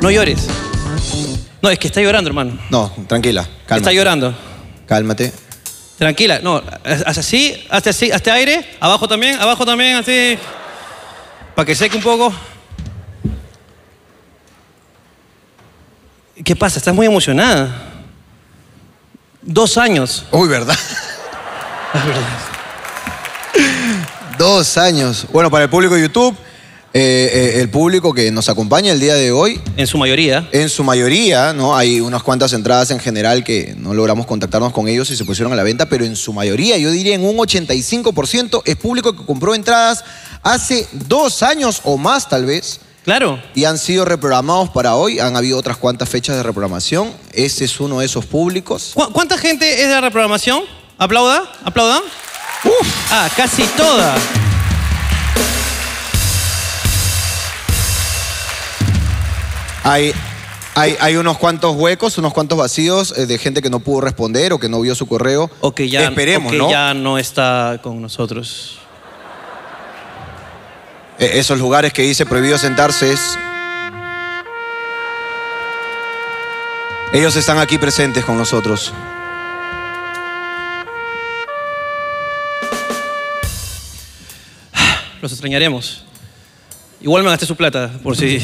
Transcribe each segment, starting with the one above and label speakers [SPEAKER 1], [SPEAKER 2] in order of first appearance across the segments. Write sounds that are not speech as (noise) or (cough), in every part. [SPEAKER 1] No llores. No, es que está llorando, hermano.
[SPEAKER 2] No, tranquila,
[SPEAKER 1] Está
[SPEAKER 2] cálmate.
[SPEAKER 1] llorando.
[SPEAKER 2] Cálmate.
[SPEAKER 1] Tranquila, no, haz así, hazte así, hazte aire, abajo también, abajo también, así, para que seque un poco. ¿Qué pasa? Estás muy emocionada. Dos años.
[SPEAKER 2] Uy, ¿verdad? (laughs) Dos años. Bueno, para el público de YouTube, eh, eh, el público que nos acompaña el día de hoy,
[SPEAKER 1] En su mayoría.
[SPEAKER 2] en su mayoría, ¿no? Hay unas cuantas entradas en general que no logramos contactarnos con ellos y se pusieron a la venta, pero en su mayoría, yo diría en un 85%, es público que compró entradas hace dos años o más tal vez.
[SPEAKER 1] Claro.
[SPEAKER 2] y han sido reprogramados para hoy. Han habido otras cuantas fechas de reprogramación. Ese es uno de esos públicos.
[SPEAKER 1] ¿Cu- ¿Cuánta gente es de la reprogramación? Aplauda, aplauda. Ah, casi toda.
[SPEAKER 2] Hay, hay, hay unos cuantos huecos, unos cuantos vacíos eh, de gente que no pudo responder o que no vio su correo.
[SPEAKER 1] O que ya,
[SPEAKER 2] Esperemos,
[SPEAKER 1] o que
[SPEAKER 2] ¿no?
[SPEAKER 1] ya no está con nosotros.
[SPEAKER 2] Eh, esos lugares que dice prohibido sentarse es... Ellos están aquí presentes con nosotros.
[SPEAKER 1] Los extrañaremos. Igual me gasté su plata, por
[SPEAKER 2] (laughs)
[SPEAKER 1] si...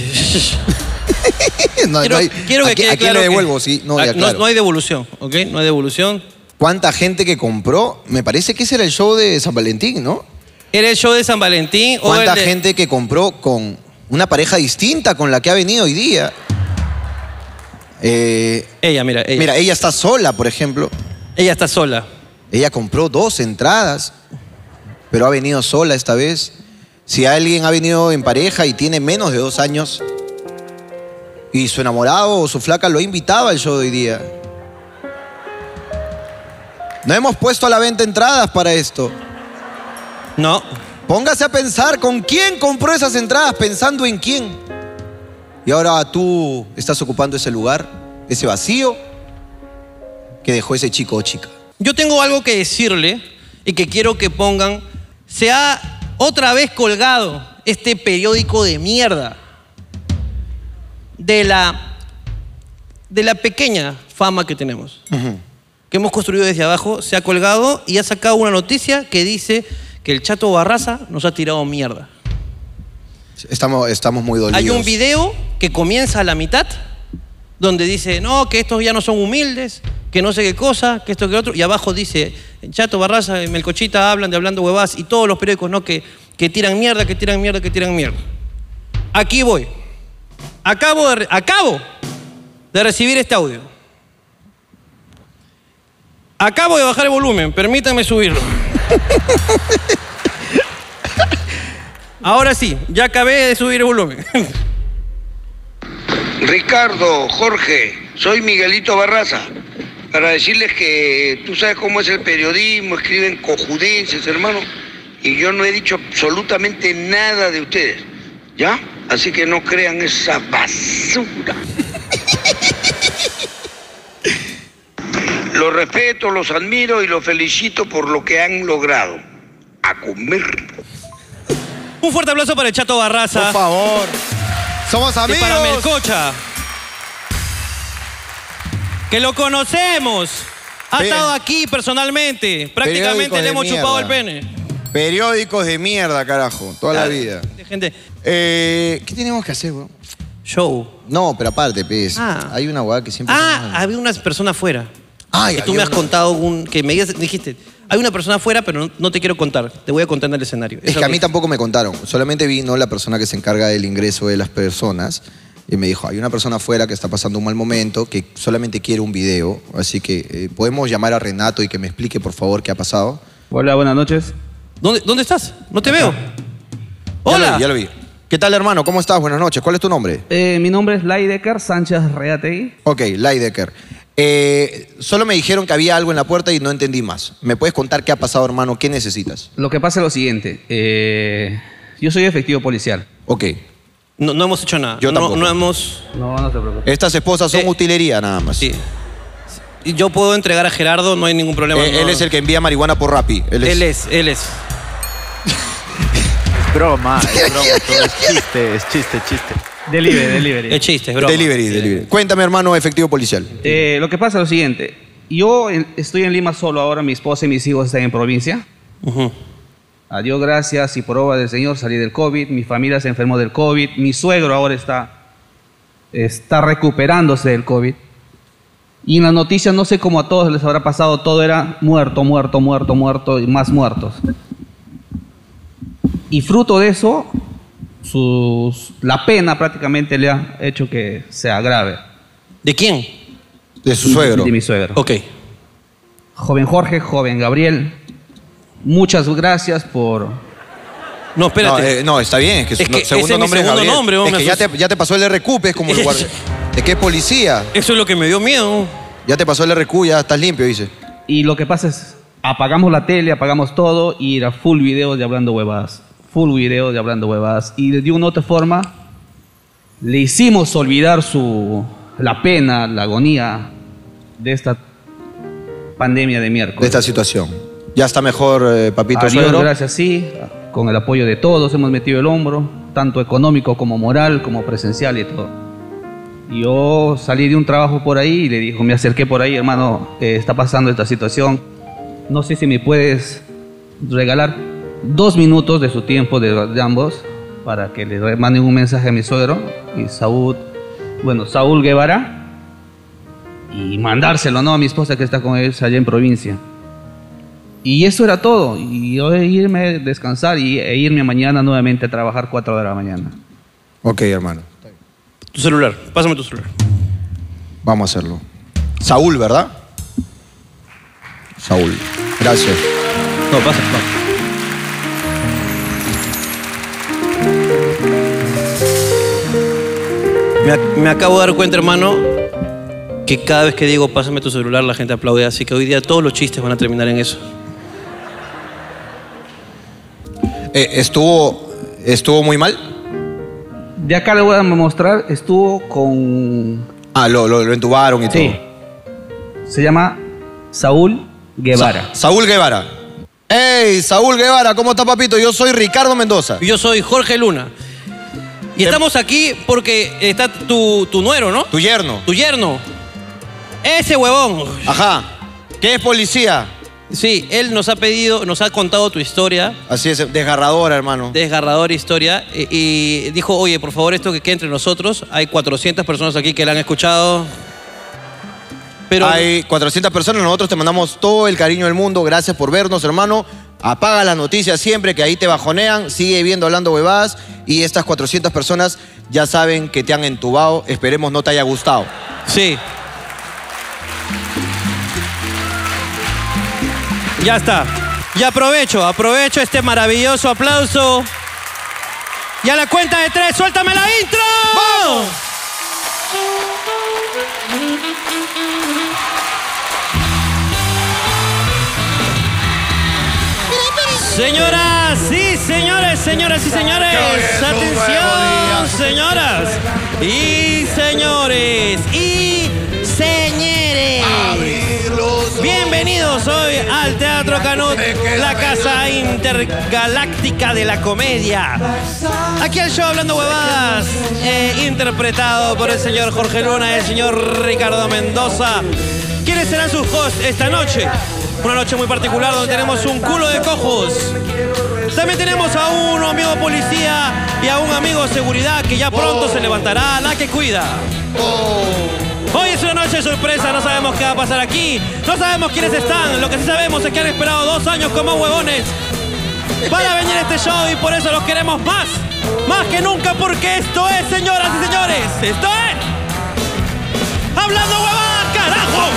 [SPEAKER 2] (laughs)
[SPEAKER 1] (laughs) Quiero,
[SPEAKER 2] No, Ah, no hay-
[SPEAKER 1] quiero que
[SPEAKER 2] ¿a, qui-
[SPEAKER 1] quede
[SPEAKER 2] a quién
[SPEAKER 1] claro
[SPEAKER 2] le
[SPEAKER 1] que-
[SPEAKER 2] devuelvo? Sí, no,
[SPEAKER 1] Ah,
[SPEAKER 2] ya, claro.
[SPEAKER 1] no hay devolución, ¿ok? No hay devolución.
[SPEAKER 2] ¿Cuánta gente que compró? Me parece que ese era el show de San Valentín, ¿no?
[SPEAKER 1] ¿Era el show de San Valentín o el
[SPEAKER 2] ¿Cuánta
[SPEAKER 1] de-
[SPEAKER 2] gente que compró con una pareja distinta con la que ha venido hoy día? Eh,
[SPEAKER 1] Ella, mira, ella.
[SPEAKER 2] Mira, ella está sola, por ejemplo.
[SPEAKER 1] Ella está sola.
[SPEAKER 2] Ella compró dos entradas, pero ha venido sola esta vez. Si alguien ha venido en pareja y tiene menos de dos años y su enamorado o su flaca lo ha invitado al show de hoy día. No hemos puesto a la venta entradas para esto.
[SPEAKER 1] No.
[SPEAKER 2] Póngase a pensar con quién compró esas entradas, pensando en quién. Y ahora tú estás ocupando ese lugar, ese vacío que dejó ese chico o chica.
[SPEAKER 1] Yo tengo algo que decirle y que quiero que pongan. Se ha otra vez colgado este periódico de mierda de la, de la pequeña fama que tenemos, que hemos construido desde abajo. Se ha colgado y ha sacado una noticia que dice que el Chato Barraza nos ha tirado mierda.
[SPEAKER 2] Estamos, estamos muy dolidos.
[SPEAKER 1] Hay un video que comienza a la mitad donde dice, no, que estos ya no son humildes, que no sé qué cosa, que esto que lo otro. Y abajo dice, Chato, Barraza, y Melcochita hablan de Hablando Huevas y todos los periódicos, no, que, que tiran mierda, que tiran mierda, que tiran mierda. Aquí voy. Acabo de, re- acabo de recibir este audio. Acabo de bajar el volumen, permítanme subirlo. Ahora sí, ya acabé de subir el volumen.
[SPEAKER 3] Ricardo, Jorge, soy Miguelito Barraza. Para decirles que tú sabes cómo es el periodismo, escriben cojudencias, hermano. Y yo no he dicho absolutamente nada de ustedes. ¿Ya? Así que no crean esa basura. Los respeto, los admiro y los felicito por lo que han logrado. A comer.
[SPEAKER 1] Un fuerte aplauso para el Chato Barraza
[SPEAKER 2] Por favor. Somos
[SPEAKER 1] y
[SPEAKER 2] amigos.
[SPEAKER 1] para Melcocha. Que lo conocemos. Ha
[SPEAKER 2] Pe-
[SPEAKER 1] estado aquí personalmente. Prácticamente
[SPEAKER 2] Periódico
[SPEAKER 1] le
[SPEAKER 2] de
[SPEAKER 1] hemos chupado el
[SPEAKER 2] mierda.
[SPEAKER 1] pene.
[SPEAKER 2] Periódicos de mierda, carajo. Toda la vida.
[SPEAKER 1] De gente.
[SPEAKER 2] Eh, ¿Qué tenemos que hacer, bro?
[SPEAKER 1] Show.
[SPEAKER 2] No, pero aparte, pues,
[SPEAKER 1] Ah.
[SPEAKER 2] hay una guada que siempre...
[SPEAKER 1] Ah, había una persona afuera.
[SPEAKER 2] Ay,
[SPEAKER 1] que tú
[SPEAKER 2] había
[SPEAKER 1] me has
[SPEAKER 2] una-
[SPEAKER 1] contado un- que me digas- dijiste, hay una persona afuera, pero no, no te quiero contar. Te voy a contar en el escenario.
[SPEAKER 2] Es
[SPEAKER 1] Eso
[SPEAKER 2] que a
[SPEAKER 1] me-
[SPEAKER 2] mí tampoco me contaron. Solamente vino la persona que se encarga del ingreso de las personas y me dijo, hay una persona afuera que está pasando un mal momento, que solamente quiere un video, así que eh, podemos llamar a Renato y que me explique, por favor, qué ha pasado.
[SPEAKER 4] Hola, buenas noches.
[SPEAKER 1] ¿Dónde, dónde estás? No te veo.
[SPEAKER 2] Ya lo
[SPEAKER 1] Hola.
[SPEAKER 2] vi, Ya lo vi, ¿Qué tal, hermano? ¿Cómo estás? Buenas noches. ¿Cuál es tu nombre?
[SPEAKER 4] Eh, mi nombre es Laidecker Sánchez Reategui.
[SPEAKER 2] Ok, Lidecker. Eh, solo me dijeron que había algo en la puerta y no entendí más. ¿Me puedes contar qué ha pasado, hermano? ¿Qué necesitas?
[SPEAKER 4] Lo que pasa es lo siguiente. eh, yo soy efectivo policial.
[SPEAKER 2] Ok.
[SPEAKER 1] No, no hemos hecho nada.
[SPEAKER 2] Yo
[SPEAKER 1] no,
[SPEAKER 2] tampoco.
[SPEAKER 1] no hemos.
[SPEAKER 4] No, no te preocupes.
[SPEAKER 2] Estas esposas son
[SPEAKER 1] Eh,
[SPEAKER 2] utilería nada más. Eh,
[SPEAKER 1] Sí. Y Yo puedo entregar a Gerardo, no hay ningún problema.
[SPEAKER 2] Eh,
[SPEAKER 1] no.
[SPEAKER 2] Él es el que envía marihuana por Rappi. Él es.
[SPEAKER 1] Él es, él es.
[SPEAKER 5] Broma, es broma, todo es chiste, es chiste, chiste.
[SPEAKER 4] Delivery, delivery. (laughs)
[SPEAKER 1] Es chiste, es broma.
[SPEAKER 2] Delivery, delivery. Cuéntame, hermano, efectivo policial.
[SPEAKER 4] Eh, lo que pasa es lo siguiente. Yo en- estoy en Lima solo ahora, mi esposa y mis hijos están en provincia.
[SPEAKER 1] Ujú.
[SPEAKER 4] A Dios gracias y por obra del Señor salí del COVID, mi familia se enfermó del COVID, mi suegro ahora está, está recuperándose del COVID. Y en las noticias, no sé cómo a todos les habrá pasado, todo era muerto, muerto, muerto, muerto y más muertos. Y fruto de eso, sus- la pena prácticamente le ha hecho que se agrave.
[SPEAKER 1] ¿De quién?
[SPEAKER 2] De su suegro.
[SPEAKER 4] De mi suegro.
[SPEAKER 1] Ok.
[SPEAKER 4] Joven Jorge, joven Gabriel, muchas gracias por...
[SPEAKER 1] No,
[SPEAKER 2] No,
[SPEAKER 1] espérate.
[SPEAKER 2] eh, no, está bien, es que,
[SPEAKER 1] Es
[SPEAKER 2] no-
[SPEAKER 1] que ese
[SPEAKER 2] segundo
[SPEAKER 1] es mi
[SPEAKER 2] nombre es
[SPEAKER 1] segundo
[SPEAKER 2] Gabriel.
[SPEAKER 1] nombre, vos
[SPEAKER 2] Es
[SPEAKER 1] me
[SPEAKER 2] que ya
[SPEAKER 1] asus-
[SPEAKER 2] te, ya te pasó el RQ,
[SPEAKER 1] (laughs)
[SPEAKER 2] es como el guardia. Es que es policía.
[SPEAKER 1] Eso es lo que me dio miedo.
[SPEAKER 2] Ya te pasó el RQ, ya estás limpio, dice.
[SPEAKER 4] Y lo que pasa es, apagamos la tele, apagamos todo y era full video de hablando huevadas. Full video de hablando huevadas. Y de una u otra forma, le hicimos olvidar su, la pena, la agonía de esta pandemia de miércoles.
[SPEAKER 2] De esta situación. Ya está mejor, eh, papito
[SPEAKER 4] A Dios
[SPEAKER 2] suegro.
[SPEAKER 4] gracias, sí. Con el apoyo de todos hemos metido el hombro, tanto económico como moral, como presencial y todo. Yo salí de un trabajo por ahí y le dijo, me acerqué por ahí, hermano, eh, está pasando esta situación. No sé si me puedes regalar dos minutos de su tiempo de, de ambos para que le re- manden un mensaje a mi suegro y Saúl, bueno, Saúl Guevara y mandárselo, ¿no? A mi esposa que está con él allá en provincia. Y eso era todo. Y yo irme a descansar y, e irme mañana nuevamente a trabajar 4 de la mañana.
[SPEAKER 2] Ok, hermano.
[SPEAKER 1] Tu celular. Pásame tu celular.
[SPEAKER 2] Vamos a hacerlo. Saúl, ¿verdad? Saúl. Gracias.
[SPEAKER 1] No, pasa. no. Me, ac- me acabo de dar cuenta, hermano, que cada vez que digo pásame tu celular, la gente aplaude. Así que hoy día todos los chistes van a terminar en eso.
[SPEAKER 2] Eh, estuvo, estuvo muy mal.
[SPEAKER 4] De acá le voy a mostrar, estuvo con...
[SPEAKER 2] Ah, lo, lo, lo entubaron y
[SPEAKER 4] Sí. Se llama Saúl
[SPEAKER 2] todo. Sa-
[SPEAKER 4] Guevara.
[SPEAKER 2] Saúl Guevara. ¡Ey, Saúl Guevara! ¿Cómo está, papito? Yo soy Ricardo Mendoza.
[SPEAKER 1] Yo soy Jorge Luna. Y estamos aquí porque está tu, tu nuero, ¿no?
[SPEAKER 2] Tu yerno.
[SPEAKER 1] Tu yerno. Ese huevón.
[SPEAKER 2] Ajá. ¿Qué es policía?
[SPEAKER 1] Sí, él nos ha pedido, nos ha contado tu historia.
[SPEAKER 2] Así es, desgarradora, hermano.
[SPEAKER 1] desgarradora historia y, y dijo, oye, por favor, esto que quede entre nosotros. Hay 400 personas aquí que la han escuchado. Pero
[SPEAKER 2] Hay 400 personas, nosotros te mandamos todo el cariño del mundo. Gracias por vernos, hermano. Apaga las noticias siempre, que ahí te bajonean. Sigue viendo hablando huevadas. Y estas 400 personas ya saben que te han entubado. Esperemos no te haya gustado.
[SPEAKER 1] sí. Ya está. Y aprovecho, aprovecho este maravilloso aplauso. Y a la cuenta de tres, suéltame la intro. ¡Vamos! Señoras, sí, señores, señoras y señores, atención, señoras y señores y señores. Bienvenidos hoy al Teatro Canut, la casa intergaláctica de la comedia. Aquí el show Hablando Huevadas, eh, interpretado por el señor Jorge Luna y el señor Ricardo Mendoza. ¿Quiénes serán sus hosts esta noche? Una noche muy particular donde tenemos un culo de cojos. También tenemos a un amigo policía y a un amigo seguridad que ya pronto se levantará, la que cuida. Hoy es una noche de sorpresa, no sabemos qué va a pasar aquí, no sabemos quiénes están, lo que sí sabemos es que han esperado dos años como huevones para venir a este show y por eso los queremos más, más que nunca porque esto es, señoras y señores, esto es... ¡Hablando huevadas, carajo!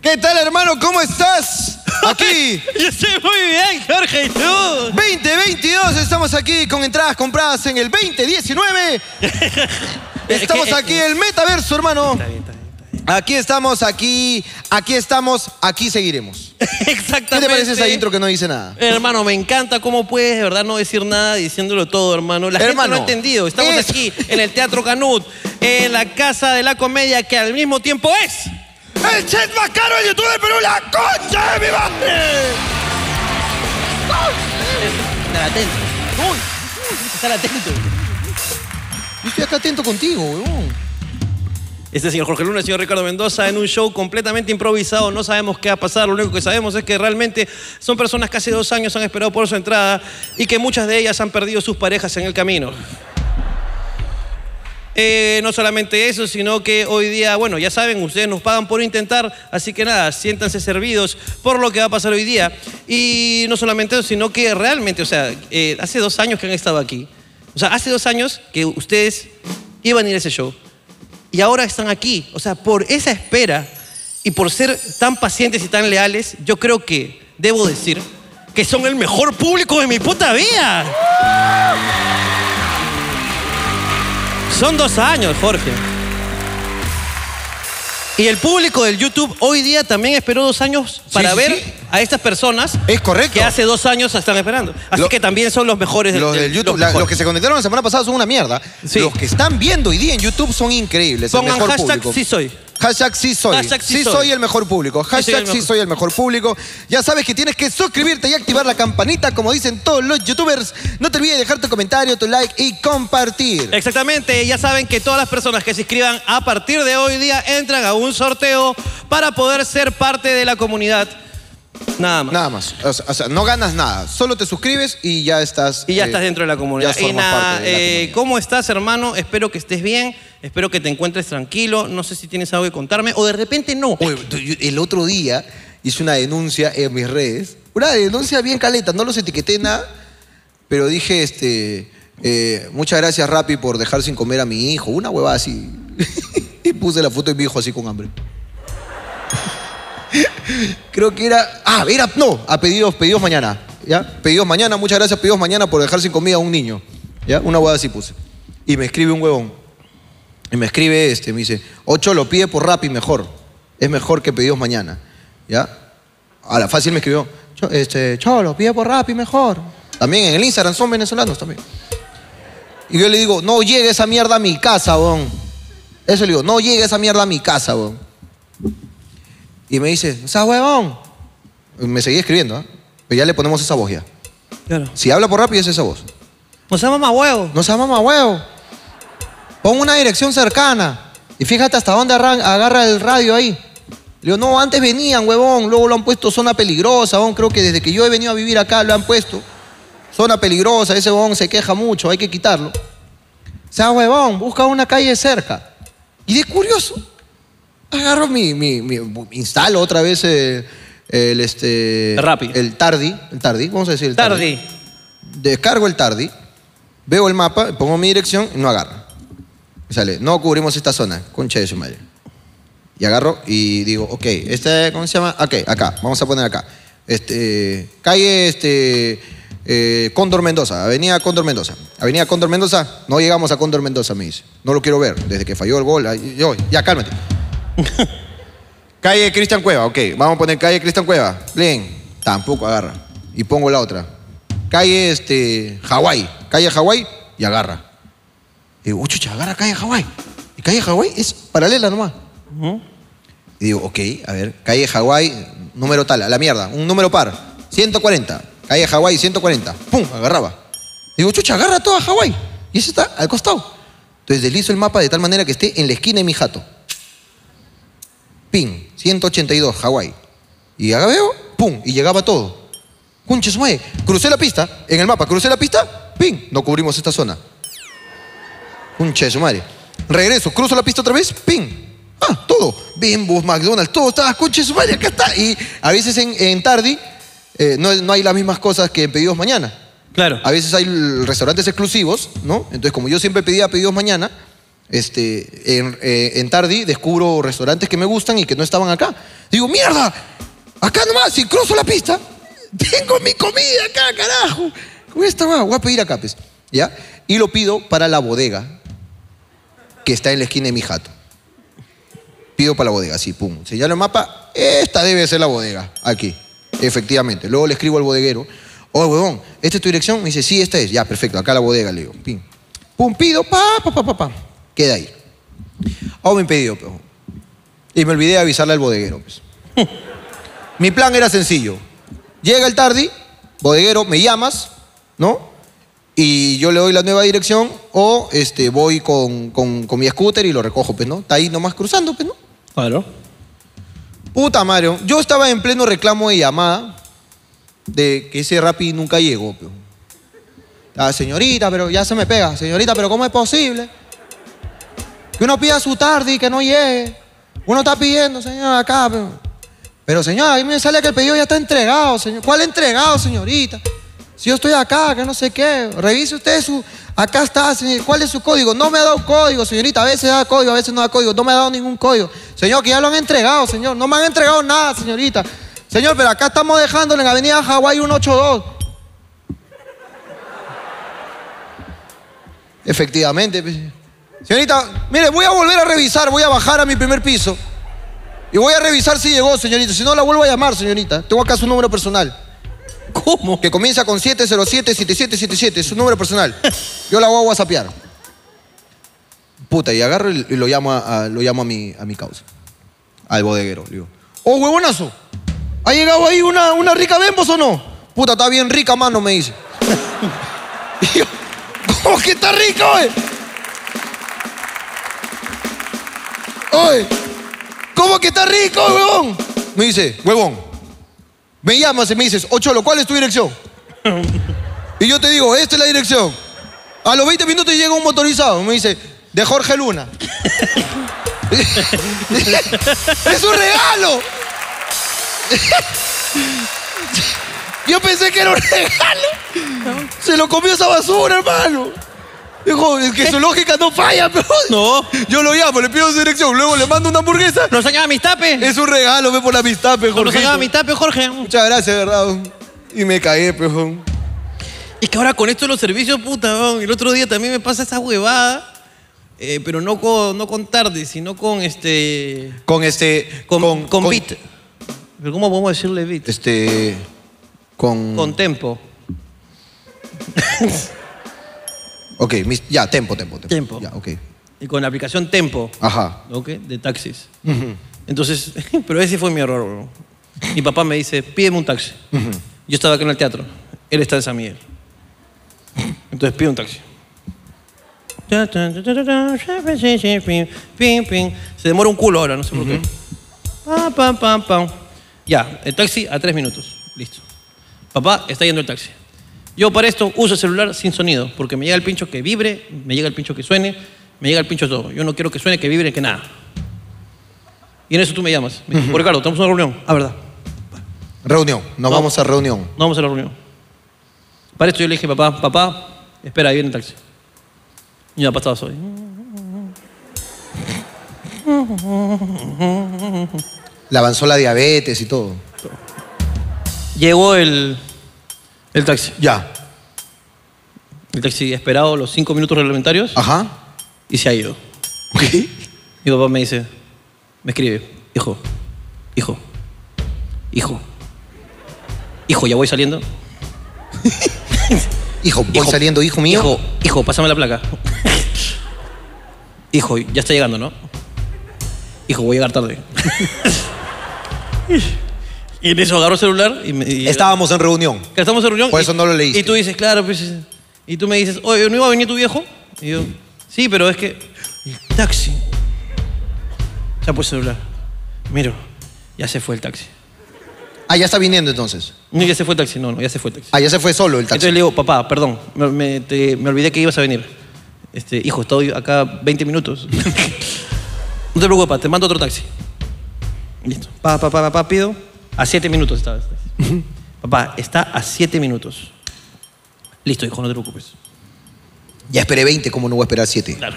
[SPEAKER 2] ¿Qué tal, hermano? ¿Cómo (laughs) estás? Aquí.
[SPEAKER 1] Yo estoy muy bien, Jorge, ¿y tú?
[SPEAKER 2] 2022, estamos aquí con entradas compradas en el 2019.
[SPEAKER 1] (laughs)
[SPEAKER 2] Estamos
[SPEAKER 1] Es que-
[SPEAKER 2] aquí en el metaverso, hermano.
[SPEAKER 1] Está bien, está bien, está bien.
[SPEAKER 2] Aquí estamos, aquí, aquí estamos, aquí seguiremos. ¿Qué
[SPEAKER 1] (laughs) Exactamente.
[SPEAKER 2] te parece esa intro que no dice nada?
[SPEAKER 1] Hermano, me encanta cómo puedes de verdad no decir nada diciéndolo todo, hermano. La gente
[SPEAKER 2] Hermano,
[SPEAKER 1] no ha entendido. Estamos
[SPEAKER 2] es-
[SPEAKER 1] aquí en el Teatro Canut, en la Casa de la Comedia, que al mismo tiempo es.
[SPEAKER 2] El chat más caro de YouTube del Perú, la concha de mi madre.
[SPEAKER 1] Estar atento. Uy, estar atento.
[SPEAKER 2] Yo estoy acá atento contigo, weón.
[SPEAKER 1] Este señor Jorge Luna, el señor Ricardo Mendoza, en un show completamente improvisado. No sabemos qué va a pasar. Lo único que sabemos es que realmente son personas que hace dos años han esperado por su entrada y que muchas de ellas han perdido sus parejas en el camino. Eh, no solamente eso, sino que hoy día, bueno, ya saben, ustedes nos pagan por intentar, así que nada, siéntanse servidos por lo que va a pasar hoy día. Y no solamente eso, sino que realmente, o sea, eh, hace dos años que han estado aquí. O sea, hace dos años que ustedes iban a ir a ese show y ahora están aquí. O sea, por esa espera y por ser tan pacientes y tan leales, yo creo que debo decir que son el mejor público de mi puta vida. Son dos años, Jorge. Y el público del YouTube hoy día también esperó dos años para
[SPEAKER 2] sí,
[SPEAKER 1] ver
[SPEAKER 2] sí.
[SPEAKER 1] a estas personas
[SPEAKER 2] Es correcto.
[SPEAKER 1] que hace dos años están esperando. Así
[SPEAKER 2] Lo-
[SPEAKER 1] que también son los (laughs) mejores
[SPEAKER 2] Los del YouTube, la- los,
[SPEAKER 1] mejores.
[SPEAKER 2] que se conectaron la semana pasada son una mierda.
[SPEAKER 1] Sí.
[SPEAKER 2] Los que están viendo hoy día en YouTube son increíbles. el
[SPEAKER 1] Pongan
[SPEAKER 2] mejor
[SPEAKER 1] hashtag
[SPEAKER 2] público.
[SPEAKER 1] sí soy.
[SPEAKER 2] Hashtag sí soy.
[SPEAKER 1] Hashtag sí
[SPEAKER 2] sí
[SPEAKER 1] soy.
[SPEAKER 2] soy el mejor público.
[SPEAKER 1] soy el
[SPEAKER 2] Hashtag sí
[SPEAKER 1] mejor.
[SPEAKER 2] soy el mejor público. Ya sabes que tienes que suscribirte y activar la campanita, como dicen todos los youtubers. No te olvides de dejar tu comentario, tu like y compartir.
[SPEAKER 1] Eh, Exactamente, ya saben que todas las personas que se inscriban a partir de hoy día entran a un sorteo para poder ser parte de la comunidad. Nada más.
[SPEAKER 2] Nada más. O sea, o sea, no ganas nada. Solo te suscribes y ya estás.
[SPEAKER 1] Y ya
[SPEAKER 2] eh,
[SPEAKER 1] estás dentro de la comunidad.
[SPEAKER 2] Ya
[SPEAKER 1] y
[SPEAKER 2] formas
[SPEAKER 1] nada,
[SPEAKER 2] parte de la
[SPEAKER 1] eh,
[SPEAKER 2] comunidad.
[SPEAKER 1] ¿cómo estás, hermano? Espero que estés bien, espero que te encuentres tranquilo. No sé si tienes algo que contarme o de repente no.
[SPEAKER 2] Oye, tú, yo el otro día hice una denuncia en mis redes. Una denuncia bien caleta, no los etiqueté en nada, pero dije, este, eh, muchas gracias Rappi por dejar sin comer a mi hijo. Una huevada así. (laughs) y puse la foto de mi hijo así con hambre. (laughs) Creo que era. Ah, era. No, a pedidos, pedidos mañana. ¿Ya? Pedidos mañana, muchas gracias, pedidos mañana por dejar sin comida a un niño. ¿Ya? Una huevada así puse. Y me escribe un huevón. Y me escribe este, me dice, Ocho lo pide por Rappi mejor. Es mejor que pedidos mañana. ¿Ya? A la fácil me escribió, "Cho- este, Cholo, pide por Rappi mejor. También en el Instagram son venezolanos también. Y yo le digo, no llegue esa mierda a mi casa, bon. Eso le digo, no llegue esa mierda a mi casa, bon. Y me dice, ¡Esa huevón! Y me seguía escribiendo, ¿ah? Pero ya le ponemos esa voz ya.
[SPEAKER 1] Claro.
[SPEAKER 2] Si habla por Rappi es esa voz.
[SPEAKER 1] No sea mamá huevo.
[SPEAKER 2] No seas mamá huevo. Pon una dirección cercana. Y fíjate hasta dónde arran- agarra el radio ahí. Le digo, no, antes venían, huevón. Luego lo han puesto zona peligrosa, huevón. Creo que desde que yo he venido a vivir acá lo han puesto. Zona peligrosa, ese huevón se queja mucho, hay que quitarlo. O sea, huevón, busca una calle cerca. Y de curioso, agarro mi, mi, mi- instalo otra vez eh, el, este...
[SPEAKER 1] Rappi.
[SPEAKER 2] El tardi, el tardi, vamos a decir el tardi
[SPEAKER 1] Tardi.
[SPEAKER 2] descargo el tardi, veo el mapa, pongo mi dirección y no agarra. Me Sale, no cubrimos esta zona, concha de su madre. Y agarro y digo, ok, este, ¿cómo se llama? Ok, acá, vamos a poner acá. Este, calle este, eh, Cóndor Mendoza, Avenida Cóndor Mendoza. Avenida Cóndor Mendoza, no llegamos a Cóndor Mendoza, me dice. No lo quiero ver, desde que falló el gol. ahí- Yo, ya, cálmate. Calle Cristian Cueva, ok. Vamos a poner calle Cristian Cueva. Bien. Tampoco agarra. Y pongo la otra. Calle este, Hawái. Calle Hawái y agarra. Y digo, "Oh, chucha, agarra calle Hawái. Y calle Hawái es paralela nomás. Y digo, ok, a ver, calle Hawái, número tal, a la mierda, un número par, 140. Calle Hawái, 140. ¡Pum! Agarraba. Digo, chucha, agarra toda Hawái. Y eso está al costado. Entonces deslizo el mapa de tal manera que esté en la esquina de mi jato. Ping, 182, Hawái. Y acá veo, pum, y llegaba todo. Cunches, madre, crucé la pista, en el mapa, crucé la pista, ping, no cubrimos esta zona. Concha de su madre. Regreso, cruzo la pista otra vez, ¡ping! Ah, todo. Bimbos, McDonald's, todo estaba, concha de su madre, acá está. Y a veces en, en Tardi eh, no, no hay las mismas cosas que en pedidos mañana.
[SPEAKER 1] Claro.
[SPEAKER 2] A veces hay l- restaurantes exclusivos, ¿no? Entonces, como yo siempre pedía pedidos mañana, este, en, eh, en Tardi descubro restaurantes que me gustan y que no estaban acá. Digo, mierda, acá nomás, si cruzo la pista, (laughs) tengo mi comida acá, carajo. Con esta va, voy a pedir acá, pues. ¿Ya? Y lo pido para la bodega que está en la esquina de mi jato. pido para la bodega, sí, pum. Señalo el mapa, esta debe ser la bodega, aquí, efectivamente. Luego le escribo al bodeguero, oh, huevón, ¿esta es tu dirección? Me dice, sí, esta es. Ya, perfecto, acá la bodega, le digo, pim. Pum, pido, pa, pa, pa, pa, pa. Queda ahí. Hago mi pedido, pues. Y me olvidé de avisarle al bodeguero, pues. (laughs) Mi plan era sencillo. Llega el tardi, bodeguero, me llamas, ¿no? Y yo le doy la nueva dirección o este, voy con, con- con mi scooter y lo recojo, pues, ¿no? Está ahí nomás cruzando, pues, ¿no?
[SPEAKER 1] Claro.
[SPEAKER 2] Puta Mario, yo estaba en pleno reclamo de llamada de que ese Rappi nunca llegó, pues. Ah, señorita, pero ya se me pega. Señorita, pero ¿cómo es posible? Que uno pida su tarde y que no llegue. Uno está pidiendo, señora, acá, pero... Pero señora, a mí me sale que el pedido ya está entregado, señor. ¿Cuál entregado, señorita? Si yo estoy acá, que no sé qué. Revise usted su... Acá está, señor. ¿Cuál es su código? No me ha dado código, señorita. A veces da código, a veces no da código. No me ha dado ningún código. Señor, que ya lo han entregado, señor. No me han entregado nada, señorita. Señor, pero acá estamos dejándolo en Avenida Hawái 182. Efectivamente. pues. Señorita, mire, voy a volver a revisar. Voy a bajar a mi primer piso. Y voy a revisar si llegó, señorita. Si no, la vuelvo a llamar, señorita. Tengo acá su número personal.
[SPEAKER 1] ¿Cómo?
[SPEAKER 2] Que comienza con 707-7777. Su número personal. Yo la voy a whatsappear. Puta, y agarro y y lo llamo a, a- lo llamo a, mi, a mi causa. Al bodeguero. Le digo, oh, huevonazo. ¿Ha llegado ahí una, una rica Bembos o no? Puta, está bien rica, mano, me dice. (laughs) Y yo, ¿Cómo que está rica, oye? Oye, ¿cómo que está rico, huevón? Me dice, huevón, me llamas y me dices, Ocholo, ¿cuál es tu dirección? Y yo te digo, esta es la dirección. A los 20 minutos llega un motorizado, me dice, de Jorge Luna. (laughs) ¡Es un regalo! (laughs) yo pensé que era un regalo. Se lo comió esa basura, hermano. Dijo, es que su lógica no falla, pero.
[SPEAKER 1] No.
[SPEAKER 2] Yo lo llamo, le pido su dirección, luego le mando una hamburguesa.
[SPEAKER 1] ¿Nos han llamado mis tapes?
[SPEAKER 2] Es un regalo, ve por la amistad, pejón.
[SPEAKER 1] ¿Nos han llamado mis tapes, Jorge?
[SPEAKER 2] Muchas gracias, verdad. Y me caí, pejón.
[SPEAKER 1] Es que ahora con esto de los servicios, puta, weón, el otro día también me pasa esa huevada, eh, pero no con, no con tarde, sino con este.
[SPEAKER 2] Con este.
[SPEAKER 1] Con, con, beat. ¿Pero cómo podemos decirle beat?
[SPEAKER 2] Este. Con.
[SPEAKER 1] Con tempo.
[SPEAKER 2] ok, mis- ya, tempo, tempo, tempo.
[SPEAKER 1] Tempo.
[SPEAKER 2] Ya, ok.
[SPEAKER 1] Y con la aplicación Tempo,
[SPEAKER 2] Ajá.
[SPEAKER 1] ¿ok? De taxis. Entonces, (laughs) pero ese fue mi error, weón. Mi papá me dice, pídeme un taxi. Yo estaba acá en el teatro. Él está en San Miguel. Entonces pido un taxi. Se demora un culo ahora, no sé por qué. Pam, pam, pam, pam. Ya, el taxi a tres minutos. Listo. Papá, está yendo el taxi. Yo para esto uso el celular sin sonido, porque me llega el pincho que vibre, me llega el pincho que suene, me llega el pincho todo. Yo no quiero que suene, que vibre, que nada. Y en eso tú me llamas. Me dices, "Por Ricardo, tenemos una reunión. Ah, verdad.
[SPEAKER 2] Reunión, nos
[SPEAKER 1] No.
[SPEAKER 2] vamos a reunión.
[SPEAKER 1] No vamos a la reunión. Para esto yo le dije, papá, papá, espera, ahí viene el taxi. Y mi papá estaba solo.
[SPEAKER 2] Le avanzó la diabetes y todo.
[SPEAKER 1] Llegó el, el taxi.
[SPEAKER 2] Ya.
[SPEAKER 1] El taxi esperado los cinco minutos reglamentarios
[SPEAKER 2] Ajá.
[SPEAKER 1] y se ha ido.
[SPEAKER 2] Ok.
[SPEAKER 1] Mi papá me dice, me escribe, hijo, hijo, hijo, hijo, ya voy saliendo.
[SPEAKER 2] Hijo, voy
[SPEAKER 1] Hijo,
[SPEAKER 2] saliendo, hijo mío.
[SPEAKER 1] Hijo, hijo, pásame la placa. hijo, ya está llegando, ¿no? Hijo, voy a llegar tarde. (laughs) y en eso agarro el celular y me... y-
[SPEAKER 2] Estábamos en reunión.
[SPEAKER 1] que estamos en reunión.
[SPEAKER 2] Por
[SPEAKER 1] y-
[SPEAKER 2] eso no lo leíste.
[SPEAKER 1] Y tú dices, claro, pues. Y tú me dices, oye, ¿no iba a venir tu viejo? Y yo, sí, pero es que. El taxi. Ya puse el celular. Miro, ya se fue el taxi.
[SPEAKER 2] Ah, ya está viniendo entonces.
[SPEAKER 1] No, ya se fue el taxi, no, no, ya se fue el taxi.
[SPEAKER 2] Ah, ya se fue solo el
[SPEAKER 1] Entonces
[SPEAKER 2] taxi.
[SPEAKER 1] le digo, papá, perdón, me, me- te- me olvidé que ibas a venir. Este, hijo, estoy acá 20 minutos. (laughs) no te preocupes, papá, te mando otro taxi. Listo. Pa, pa, pa, pa, pa, pido. A 7 minutos estaba este
[SPEAKER 2] (laughs)
[SPEAKER 1] taxi. papá, está a 7 minutos. Listo, hijo, no te preocupes.
[SPEAKER 2] Ya esperé 20, ¿cómo no voy a esperar 7?
[SPEAKER 1] Claro.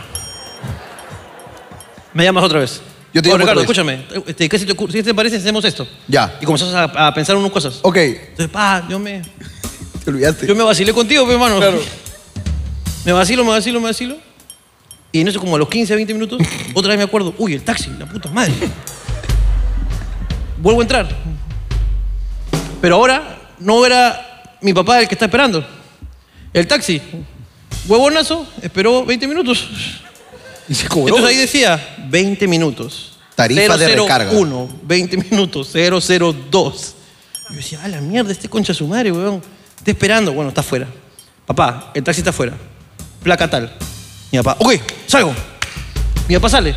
[SPEAKER 1] Me llamas otra vez.
[SPEAKER 2] Yo te
[SPEAKER 1] Oh,
[SPEAKER 2] llamo otra
[SPEAKER 1] Ricardo,
[SPEAKER 2] vez.
[SPEAKER 1] escúchame. Este, ¿qué, se te ocurre? ¿Qué te parece si hacemos esto?
[SPEAKER 2] Ya. Oh.
[SPEAKER 1] Y comenzamos a, a pensar en unas cosas.
[SPEAKER 2] Ok,
[SPEAKER 1] Entonces, pa, yo me...
[SPEAKER 2] te olvidaste.
[SPEAKER 1] Yo (laughs) me vacilé contigo, pues, hermano.
[SPEAKER 2] Claro.
[SPEAKER 1] Me vacilo, me vacilo, me vacilo. Y en eso, como a los 15, 20 minutos, otra vez me acuerdo, uy, el taxi, la puta madre. Vuelvo a entrar. Pero ahora no era mi papá el que está esperando. El taxi. Huevonazo, esperó 20 minutos.
[SPEAKER 2] Y se cobró.
[SPEAKER 1] Entonces ahí decía, 20 minutos.
[SPEAKER 2] Tarifa de recarga.
[SPEAKER 1] 001, 20 minutos, 002. Yo decía, a la mierda, este concha de su madre, weón. Está esperando. Bueno, está afuera. Papá, el taxi está afuera. Placa tal. Mi papá, ok, salgo. Mi papá sale.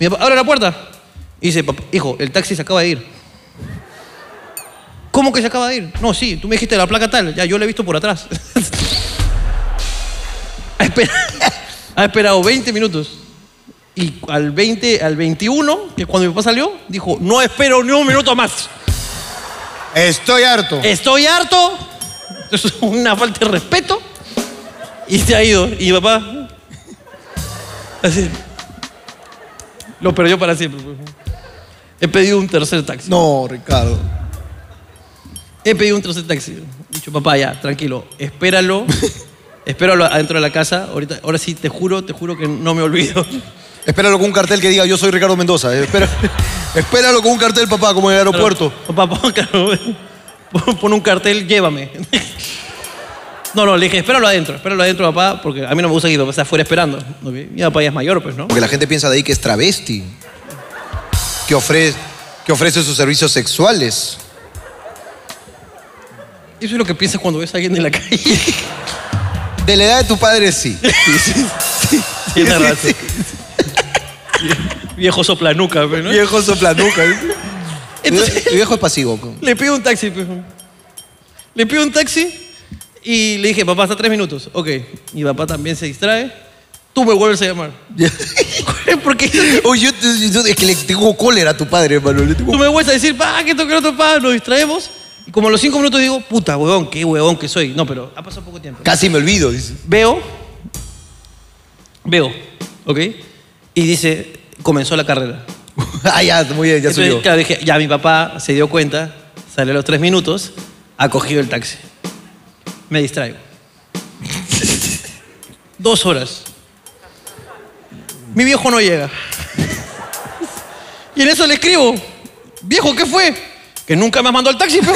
[SPEAKER 1] Mi papá abre la puerta. Y dice, "Papá, hijo, el taxi se acaba de ir. ¿Cómo que se acaba de ir? No, sí, tú me dijiste la placa tal. Ya, yo la he visto por atrás. (laughs) ha, esper- (laughs) ha esperado 20 minutos. Y al 20, al 21, que cuando mi papá salió, dijo, no espero ni un minuto más.
[SPEAKER 5] Estoy harto.
[SPEAKER 1] Estoy harto. Es una falta de respeto. Y se ha ido. Y mi papá. Así. Lo perdió para siempre. pues. He pedido un tercer taxi.
[SPEAKER 5] No, Ricardo.
[SPEAKER 1] He pedido un tercer taxi. He dicho, papá, ya, tranquilo. Espéralo. espéralo adentro de la casa. Ahorita, ahora sí, te juro, te juro que no me olvido.
[SPEAKER 2] Espéralo con un cartel que diga yo soy Ricardo Mendoza. eh, espera- (laughs) espéralo con un cartel, papá, como en el aeropuerto.
[SPEAKER 1] (laughs) Papá, pon, claro, pon- pon un cartel, llévame. (laughs) No, no, le dije, espéralo adentro, espéralo adentro, papá, porque a mí no me gusta que mi papá esté afuera esperando. Ok, Mi papá ya es mayor, pues, ¿no?
[SPEAKER 2] Porque la gente piensa de ahí que es travesti. Que ofrece, que ofrece sus servicios sexuales.
[SPEAKER 1] Eso es lo que piensas cuando ves a alguien en la (laughs) calle.
[SPEAKER 2] De la edad de tu padre, sí.
[SPEAKER 1] Tienes razón. Viejo soplanuca, pues, ¿no?
[SPEAKER 2] Viejo soplanuca. (laughs) ¿sí?
[SPEAKER 1] Entonces- (laughs)
[SPEAKER 2] El viejo es pasivo.
[SPEAKER 1] Le pido un taxi. pues. Le pido un taxi y le dije, papá, hasta tres minutos. Ok. Mi papá también se distrae. Tú me vuelves a llamar. (laughs) Porque
[SPEAKER 2] Oye, yo, te- yo- es que le tengo cólera a tu padre, hermano. Le tengo-
[SPEAKER 1] tú me vuelves a decir, pa, que toque otro pa, nos distraemos. Y como a los cinco minutos digo, puta, huevón, qué huevón que soy. No, pero ha pasado poco tiempo.
[SPEAKER 2] Casi me olvido. dice. (laughs)
[SPEAKER 1] Veo. Veo. ¿Ok? Y dice, comenzó la carrera.
[SPEAKER 2] ah, ya, muy bien, ya
[SPEAKER 1] Entonces,
[SPEAKER 2] subió.
[SPEAKER 1] claro, dije, ya mi papá se dio cuenta, sale a los tres minutos, ha cogido el taxi. Me
[SPEAKER 2] (laughs)
[SPEAKER 1] distraigo. Dos horas. Mi viejo no llega. Y en eso le escribo, viejo, ¿qué fue? Que nunca me has mandado el taxi, pero...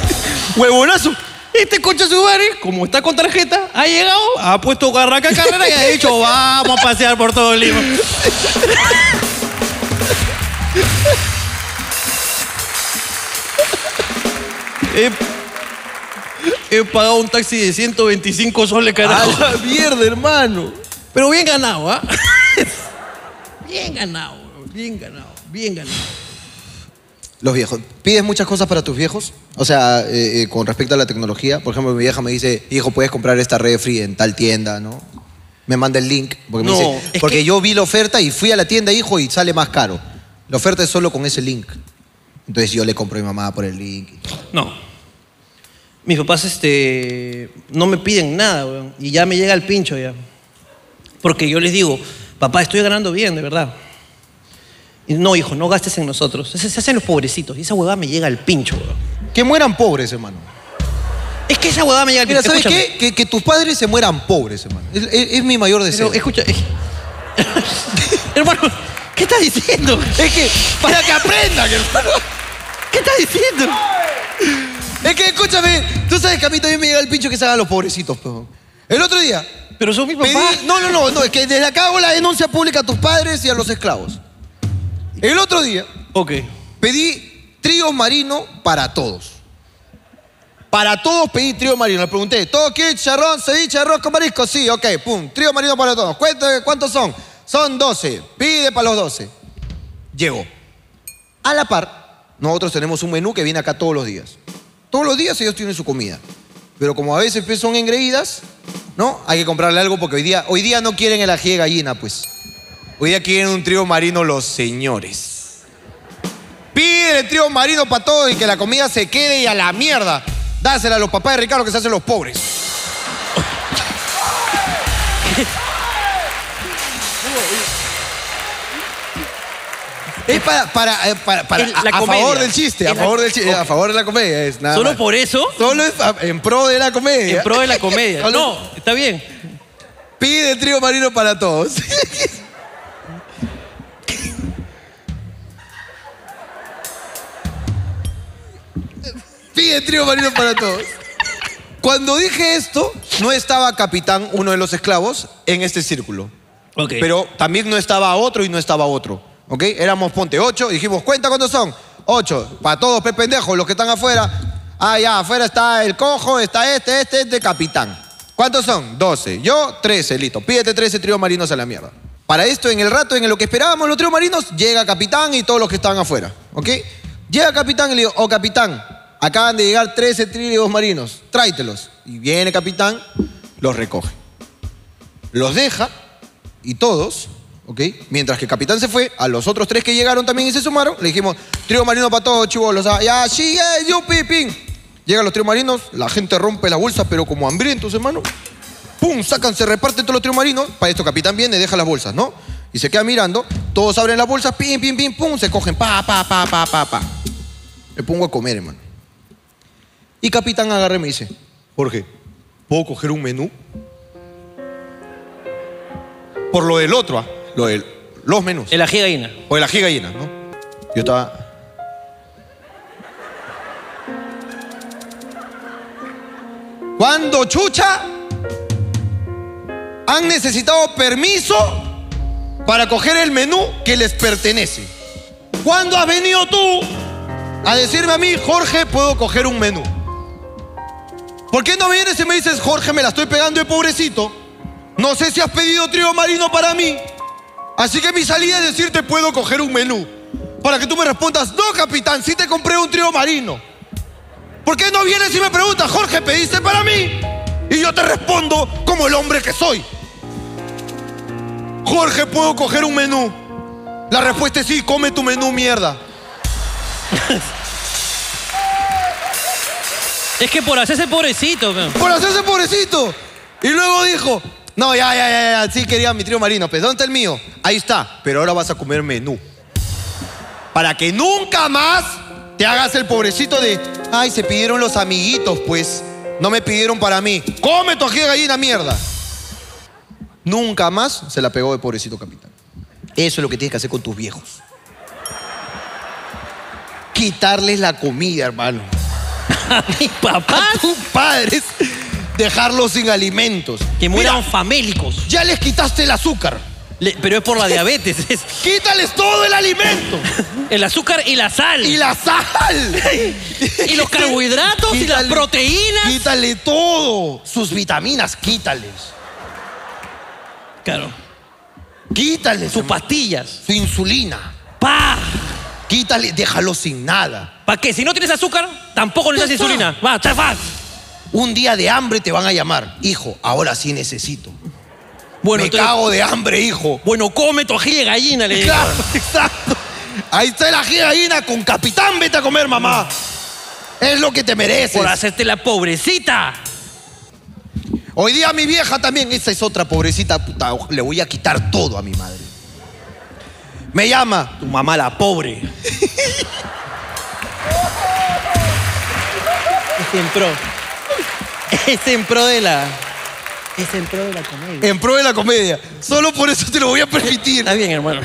[SPEAKER 1] (laughs) Huevonazo. Este coche Subaru, como está con tarjeta, ha llegado, ha puesto garraca carrera y ha dicho, vamos a pasear por todo Lima. (laughs) He, he pagado un taxi de 125 soles, carajo.
[SPEAKER 2] ¡A la mierda, hermano!
[SPEAKER 1] Pero bien ganado, ¿ah? (laughs) bien ganado, bien ganado, bien ganado.
[SPEAKER 2] Los viejos. ¿Pides muchas cosas para tus viejos? O sea, eh, eh, con respecto a la tecnología. Por ejemplo, mi vieja me dice, hijo, puedes comprar esta refri en tal tienda, ¿no? Me manda el link. Porque, me
[SPEAKER 1] No,
[SPEAKER 2] dice-
[SPEAKER 1] es
[SPEAKER 2] porque
[SPEAKER 1] que-
[SPEAKER 2] yo vi la oferta y fui a la tienda, hijo, y sale más caro. La oferta es solo con ese link. Entonces yo le compro a mi mamá por el link.
[SPEAKER 1] No. Mis papás este, no me piden nada, weón. Y ya me llega el pincho ya. Porque yo les digo, papá, estoy ganando bien, de verdad. Y no, hijo, no gastes en nosotros. Se, se hacen los pobrecitos. Y esa huevada me llega al pincho, weón.
[SPEAKER 2] Que mueran pobres, hermano.
[SPEAKER 1] Es que esa huevada me llega al
[SPEAKER 2] Mira,
[SPEAKER 1] pincho.
[SPEAKER 2] ¿sabes
[SPEAKER 1] Escúchame.
[SPEAKER 2] qué? Que, que tus padres se mueran pobres, hermano. Es, es- es mi mayor deseo.
[SPEAKER 1] Pero escucha. eh. (laughs) hermano, ¿qué estás diciendo? Es que, para que aprendan, hermano. ¿Qué estás diciendo?
[SPEAKER 2] Es que, escúchame, tú sabes que a mí también me llega el pincho que se hagan los pobrecitos, pero... El otro día,
[SPEAKER 1] Pero son mis
[SPEAKER 2] Pedí-
[SPEAKER 1] papás.
[SPEAKER 2] no, no, no, no, es que desde acá hago la denuncia pública a tus padres y a los esclavos. El otro día
[SPEAKER 1] Ok.
[SPEAKER 2] pedí trío marino para todos. Para todos pedí trío marino. Le pregunté, ¿todo quiere charrón, ceviche, arroz con marisco? Sí, ok, pum, trío marino para todos. Cuéntame cuántos son. Son 12. Pide para los 12. Llegó. A la par, nosotros tenemos un menú que viene acá todos los días. Todos los días ellos tienen su comida. Pero como a veces pues, son engreídas, ¿no? Hay que comprarle algo porque hoy día, hoy día no quieren el ají de gallina, pues. Hoy día quieren un trío marino los señores. Pide el trío marino para todos y que la comida se quede y a la mierda. Dásela a los papás de Ricardo que se hacen
[SPEAKER 1] (laughs)
[SPEAKER 2] los pobres. Es para, para, eh, para- para-
[SPEAKER 1] Es
[SPEAKER 2] a,
[SPEAKER 1] la
[SPEAKER 2] a favor
[SPEAKER 1] comedia.
[SPEAKER 2] del chiste, a
[SPEAKER 1] Es la-
[SPEAKER 2] favor del chiste, a favor de la comedia. Es nada
[SPEAKER 1] Solo
[SPEAKER 2] más.
[SPEAKER 1] por eso,
[SPEAKER 2] Solo es a- en pro de la comedia. (laughs)
[SPEAKER 1] en pro de la comedia.
[SPEAKER 2] Solo-
[SPEAKER 1] No, está bien.
[SPEAKER 2] Pide trigo marino para todos. (laughs) Pide trigo marino para todos. Cuando dije esto, no estaba Capitán, uno de los esclavos, en este círculo.
[SPEAKER 1] Ok.
[SPEAKER 2] Pero también no estaba otro y no estaba otro. ¿Ok? Éramos ponte ocho. Dijimos, ¿cuenta cuántos son? Ocho. Para todos, pe pendejos, los que están afuera. Ah, ya, afuera está el cojo, está este, este, este, capitán. ¿Cuántos son? Doce. Yo, trece, listo. Pídete trece tríos marinos a la mierda. Para esto, en el rato, en lo que esperábamos los tríos marinos, llega capitán y todos los que estaban afuera. ¿Ok? Llega capitán y le digo, oh capitán, acaban de llegar trece tríos marinos, tráetelos. Y viene capitán, los recoge los deja y todos, ¿ok? Mientras que el capitán se fue, a los otros tres que llegaron también y se sumaron, le dijimos, trío marino para todos, chivolos, ah, ya, sí, eh, yo, pim, pim. Llegan los tríos marinos, la gente rompe la bolsa, pero como hambrientos, hermano. ¡Pum! Sacan, se reparten todos los tríos marinos. Para esto, capitán viene, deja las bolsas, ¿no? Y se queda mirando. Todos abren las bolsas, pim, pim, pim, pum, se cogen, pa, pa, pa, pa, pa, pa. Me pongo a comer, hermano. Y capitán agarra y me dice, Jorge, ¿puedo coger un menú? Por lo del otro, ¿ah? lo del, los menús.
[SPEAKER 1] El ají de gallina.
[SPEAKER 2] O de la gallina, ¿no? Yo estaba. Cuando chucha han necesitado permiso para coger el menú que les pertenece. ¿Cuándo has venido tú a decirme a mí, Jorge, puedo coger un menú? ¿Por qué no vienes y me dices, Jorge, me la estoy pegando de pobrecito? No sé si has pedido trío marino para mí. Así que mi salida es decirte, puedo coger un menú. Para que tú me respondas, no, capitán, sí te compré un trío marino. ¿Por qué no vienes y me preguntas, Jorge, pediste para mí? Y yo te respondo como el hombre que soy. Jorge, ¿puedo coger un menú? La respuesta es sí, come tu menú, mierda.
[SPEAKER 1] Es que por hacerse pobrecito, weón.
[SPEAKER 2] por hacerse pobrecito. Y luego dijo, no, ya, ya, ya, ya, sí quería mi trío marino, pero ¿dónde está el mío? Ahí está, pero ahora vas a comer menú. Para que nunca más te hagas el pobrecito de, ay, se pidieron los amiguitos, pues, no me pidieron para mí. Come tu ají de gallina, mierda. Nunca más se la pegó de pobrecito capitán. Eso es lo que tienes que hacer con tus viejos. Quitarles la comida, hermano
[SPEAKER 1] (laughs) A mi papá.
[SPEAKER 2] a tus padres dejarlos sin alimentos.
[SPEAKER 1] Que
[SPEAKER 2] Mira,
[SPEAKER 1] mueran famélicos.
[SPEAKER 2] ya les quitaste el azúcar.
[SPEAKER 1] Le- pero es por la diabetes. es-
[SPEAKER 2] Quítales todo el alimento
[SPEAKER 1] el azúcar y la sal.
[SPEAKER 2] y la sal.
[SPEAKER 1] Y los carbohidratos y las
[SPEAKER 2] Quítale-
[SPEAKER 1] proteínas.
[SPEAKER 2] Quítale todo. Sus vitaminas, quítales.
[SPEAKER 1] Claro.
[SPEAKER 2] Quítales
[SPEAKER 1] Sus
[SPEAKER 2] su,
[SPEAKER 1] pastillas.
[SPEAKER 2] su insulina.
[SPEAKER 1] ¡Pa!
[SPEAKER 2] Quítale, déjalo sin nada.
[SPEAKER 1] ¿Para qué? Si no tienes azúcar, tampoco
[SPEAKER 2] Ya
[SPEAKER 1] necesitas
[SPEAKER 2] está.
[SPEAKER 1] insulina. Va, está fácil.
[SPEAKER 2] Un día de hambre te van a llamar. Hijo, ahora sí necesito.
[SPEAKER 1] Bueno,
[SPEAKER 2] Me
[SPEAKER 1] entonces-
[SPEAKER 2] cago de hambre, hijo.
[SPEAKER 1] bueno, come tu ají de gallina, le digo.
[SPEAKER 2] Claro, (laughs) exacto. Ahí está la ají de gallina con capitán, vete a comer, mamá. Es lo que te mereces.
[SPEAKER 1] Por hacerte la pobrecita.
[SPEAKER 2] Hoy día mi vieja también, esa es otra pobrecita puta, le voy a quitar todo a mi madre. Me llama,
[SPEAKER 1] Tu mamá la pobre. es en pro. Es en pro de la. Es en pro de la comedia.
[SPEAKER 2] en pro de la comedia. Solo por eso te lo voy a permitir.
[SPEAKER 1] Está bien, hermano.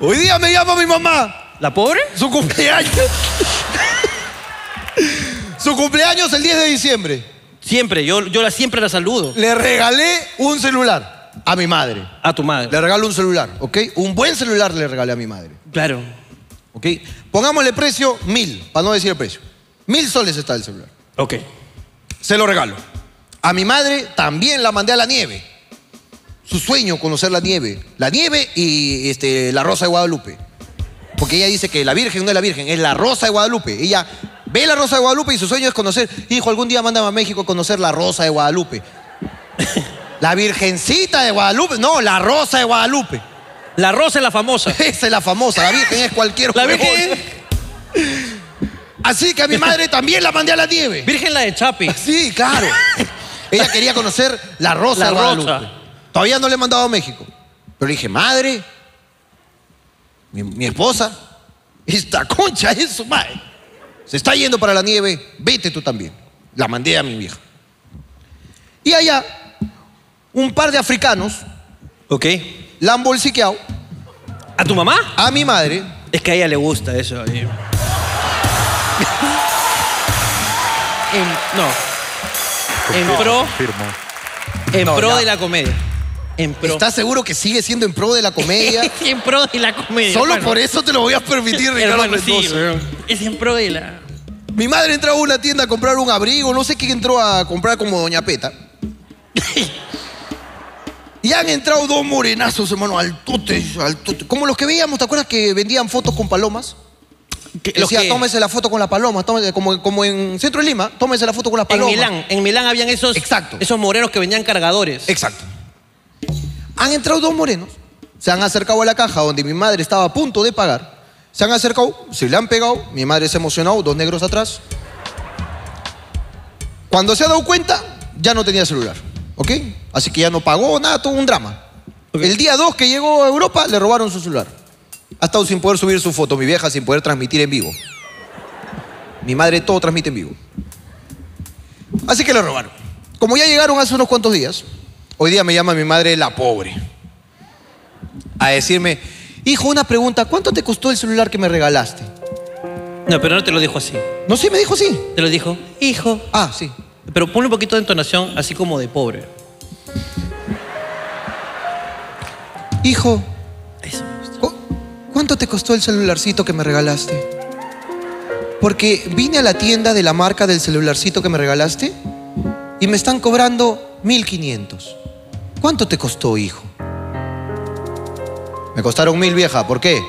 [SPEAKER 2] Hoy día me llama mi mamá,
[SPEAKER 1] ¿La pobre?
[SPEAKER 2] su cumpleaños. su cumpleaños el 10 de diciembre.
[SPEAKER 1] Siempre, yo, yo la, siempre la saludo.
[SPEAKER 2] Le regalé un celular a mi madre.
[SPEAKER 1] A tu madre.
[SPEAKER 2] Le regalo un celular, ¿ok? Un buen celular le regalé a mi madre.
[SPEAKER 1] Claro.
[SPEAKER 2] ¿Ok? Pongámosle precio mil, para no decir el precio. Mil soles está el celular.
[SPEAKER 1] Ok.
[SPEAKER 2] Se lo regalo. A mi madre también la mandé a la nieve. Su sueño, conocer la nieve. La nieve y este, la Rosa de Guadalupe. Porque ella dice que la Virgen no es la Virgen, es la Rosa de Guadalupe. Ella ve la Rosa de Guadalupe y su sueño es conocer. Hijo, algún día mándame a México a conocer la Rosa de Guadalupe. La Virgencita de Guadalupe. No, la Rosa de Guadalupe.
[SPEAKER 1] La rosa es la (laughs) famosa.
[SPEAKER 2] (laughs) Esa es la famosa. La Virgen es cualquier
[SPEAKER 1] La
[SPEAKER 2] huevón.
[SPEAKER 1] virgen.
[SPEAKER 2] Así que a mi madre también la mandé a
[SPEAKER 1] (laughs)
[SPEAKER 2] la nieve.
[SPEAKER 1] Virgen la de Chapi.
[SPEAKER 2] Sí,
[SPEAKER 1] (laughs)
[SPEAKER 2] claro. Ella quería conocer la Rosa
[SPEAKER 1] La
[SPEAKER 2] de Guadalupe.
[SPEAKER 1] Rosa.
[SPEAKER 2] Todavía no le he mandado a México. Pero le dije, madre, mi, mi esposa, esta concha es su madre. Se está yendo para la nieve, vete tú también. La mandé a mi vieja. Y allá, un par de africanos
[SPEAKER 1] Ok.
[SPEAKER 2] la han bolsiqueado
[SPEAKER 1] ¿A tu mamá?
[SPEAKER 2] a mi madre.
[SPEAKER 1] Es que a ella le gusta eso. (laughs) y- Em, no. En pro,
[SPEAKER 6] Firmo.
[SPEAKER 1] en
[SPEAKER 2] No,
[SPEAKER 1] pro
[SPEAKER 2] ya.
[SPEAKER 1] de la comedia. En pro.
[SPEAKER 2] ¿Estás seguro que sigue siendo en pro de
[SPEAKER 1] (laughs)
[SPEAKER 2] la comedia?
[SPEAKER 1] en pro de la comedia. (laughs)
[SPEAKER 2] Solo
[SPEAKER 1] hermano.
[SPEAKER 2] por eso te lo voy a permitir, Ricardo
[SPEAKER 1] Hermano, sí,
[SPEAKER 2] Mendoza.
[SPEAKER 1] weón. Es en pro de la.
[SPEAKER 2] Mi madre entró a una tienda a comprar un abrigo, no sé qué entró a comprar como Doña Peta. (laughs) y han entrado dos morenazos, hermano, altotes, altotes. Como los que veíamos, ¿te acuerdas que vendían fotos con palomas?
[SPEAKER 1] que- los
[SPEAKER 2] Decía,
[SPEAKER 1] que-
[SPEAKER 2] tómese la foto con las palomas, tómese- como, como en Centro de Lima, tómese la foto con las
[SPEAKER 1] En
[SPEAKER 2] palomas.
[SPEAKER 1] Milán, en Milán habían esos,
[SPEAKER 2] Exacto.
[SPEAKER 1] esos morenos que vendían cargadores.
[SPEAKER 2] Exacto. Han entrado dos morenos, se han acercado a la caja donde mi madre estaba a punto de pagar. Se han acercado, se le han pegado, mi madre se ha emocionado, dos negros atrás. Cuando se ha dado cuenta, ya no tenía celular, ¿ok? Así que ya no pagó nada, todo un drama. El día 2 que llegó a Europa, le robaron su celular. Ha estado sin poder subir su foto, mi vieja, sin poder transmitir en vivo. Mi madre todo transmite en vivo. Así que le robaron. Como ya llegaron hace unos cuantos días, hoy día me llama mi madre la pobre a decirme, hijo, una pregunta, ¿cuánto te costó el celular que me regalaste?
[SPEAKER 1] No, pero no te lo dijo así.
[SPEAKER 2] No sé, me dijo sí.
[SPEAKER 1] Te lo dijo, hijo.
[SPEAKER 2] Ah, sí.
[SPEAKER 1] Pero ponle un poquito de entonación, así como de pobre.
[SPEAKER 2] Hijo,
[SPEAKER 1] Eso me gusta.
[SPEAKER 2] ¿cu- ¿cuánto te costó el celularcito que me regalaste? Porque vine a la tienda de la marca del celularcito que me regalaste y me están cobrando 1500. ¿Cuánto te costó, hijo? Me costaron mil, vieja. ¿Por qué?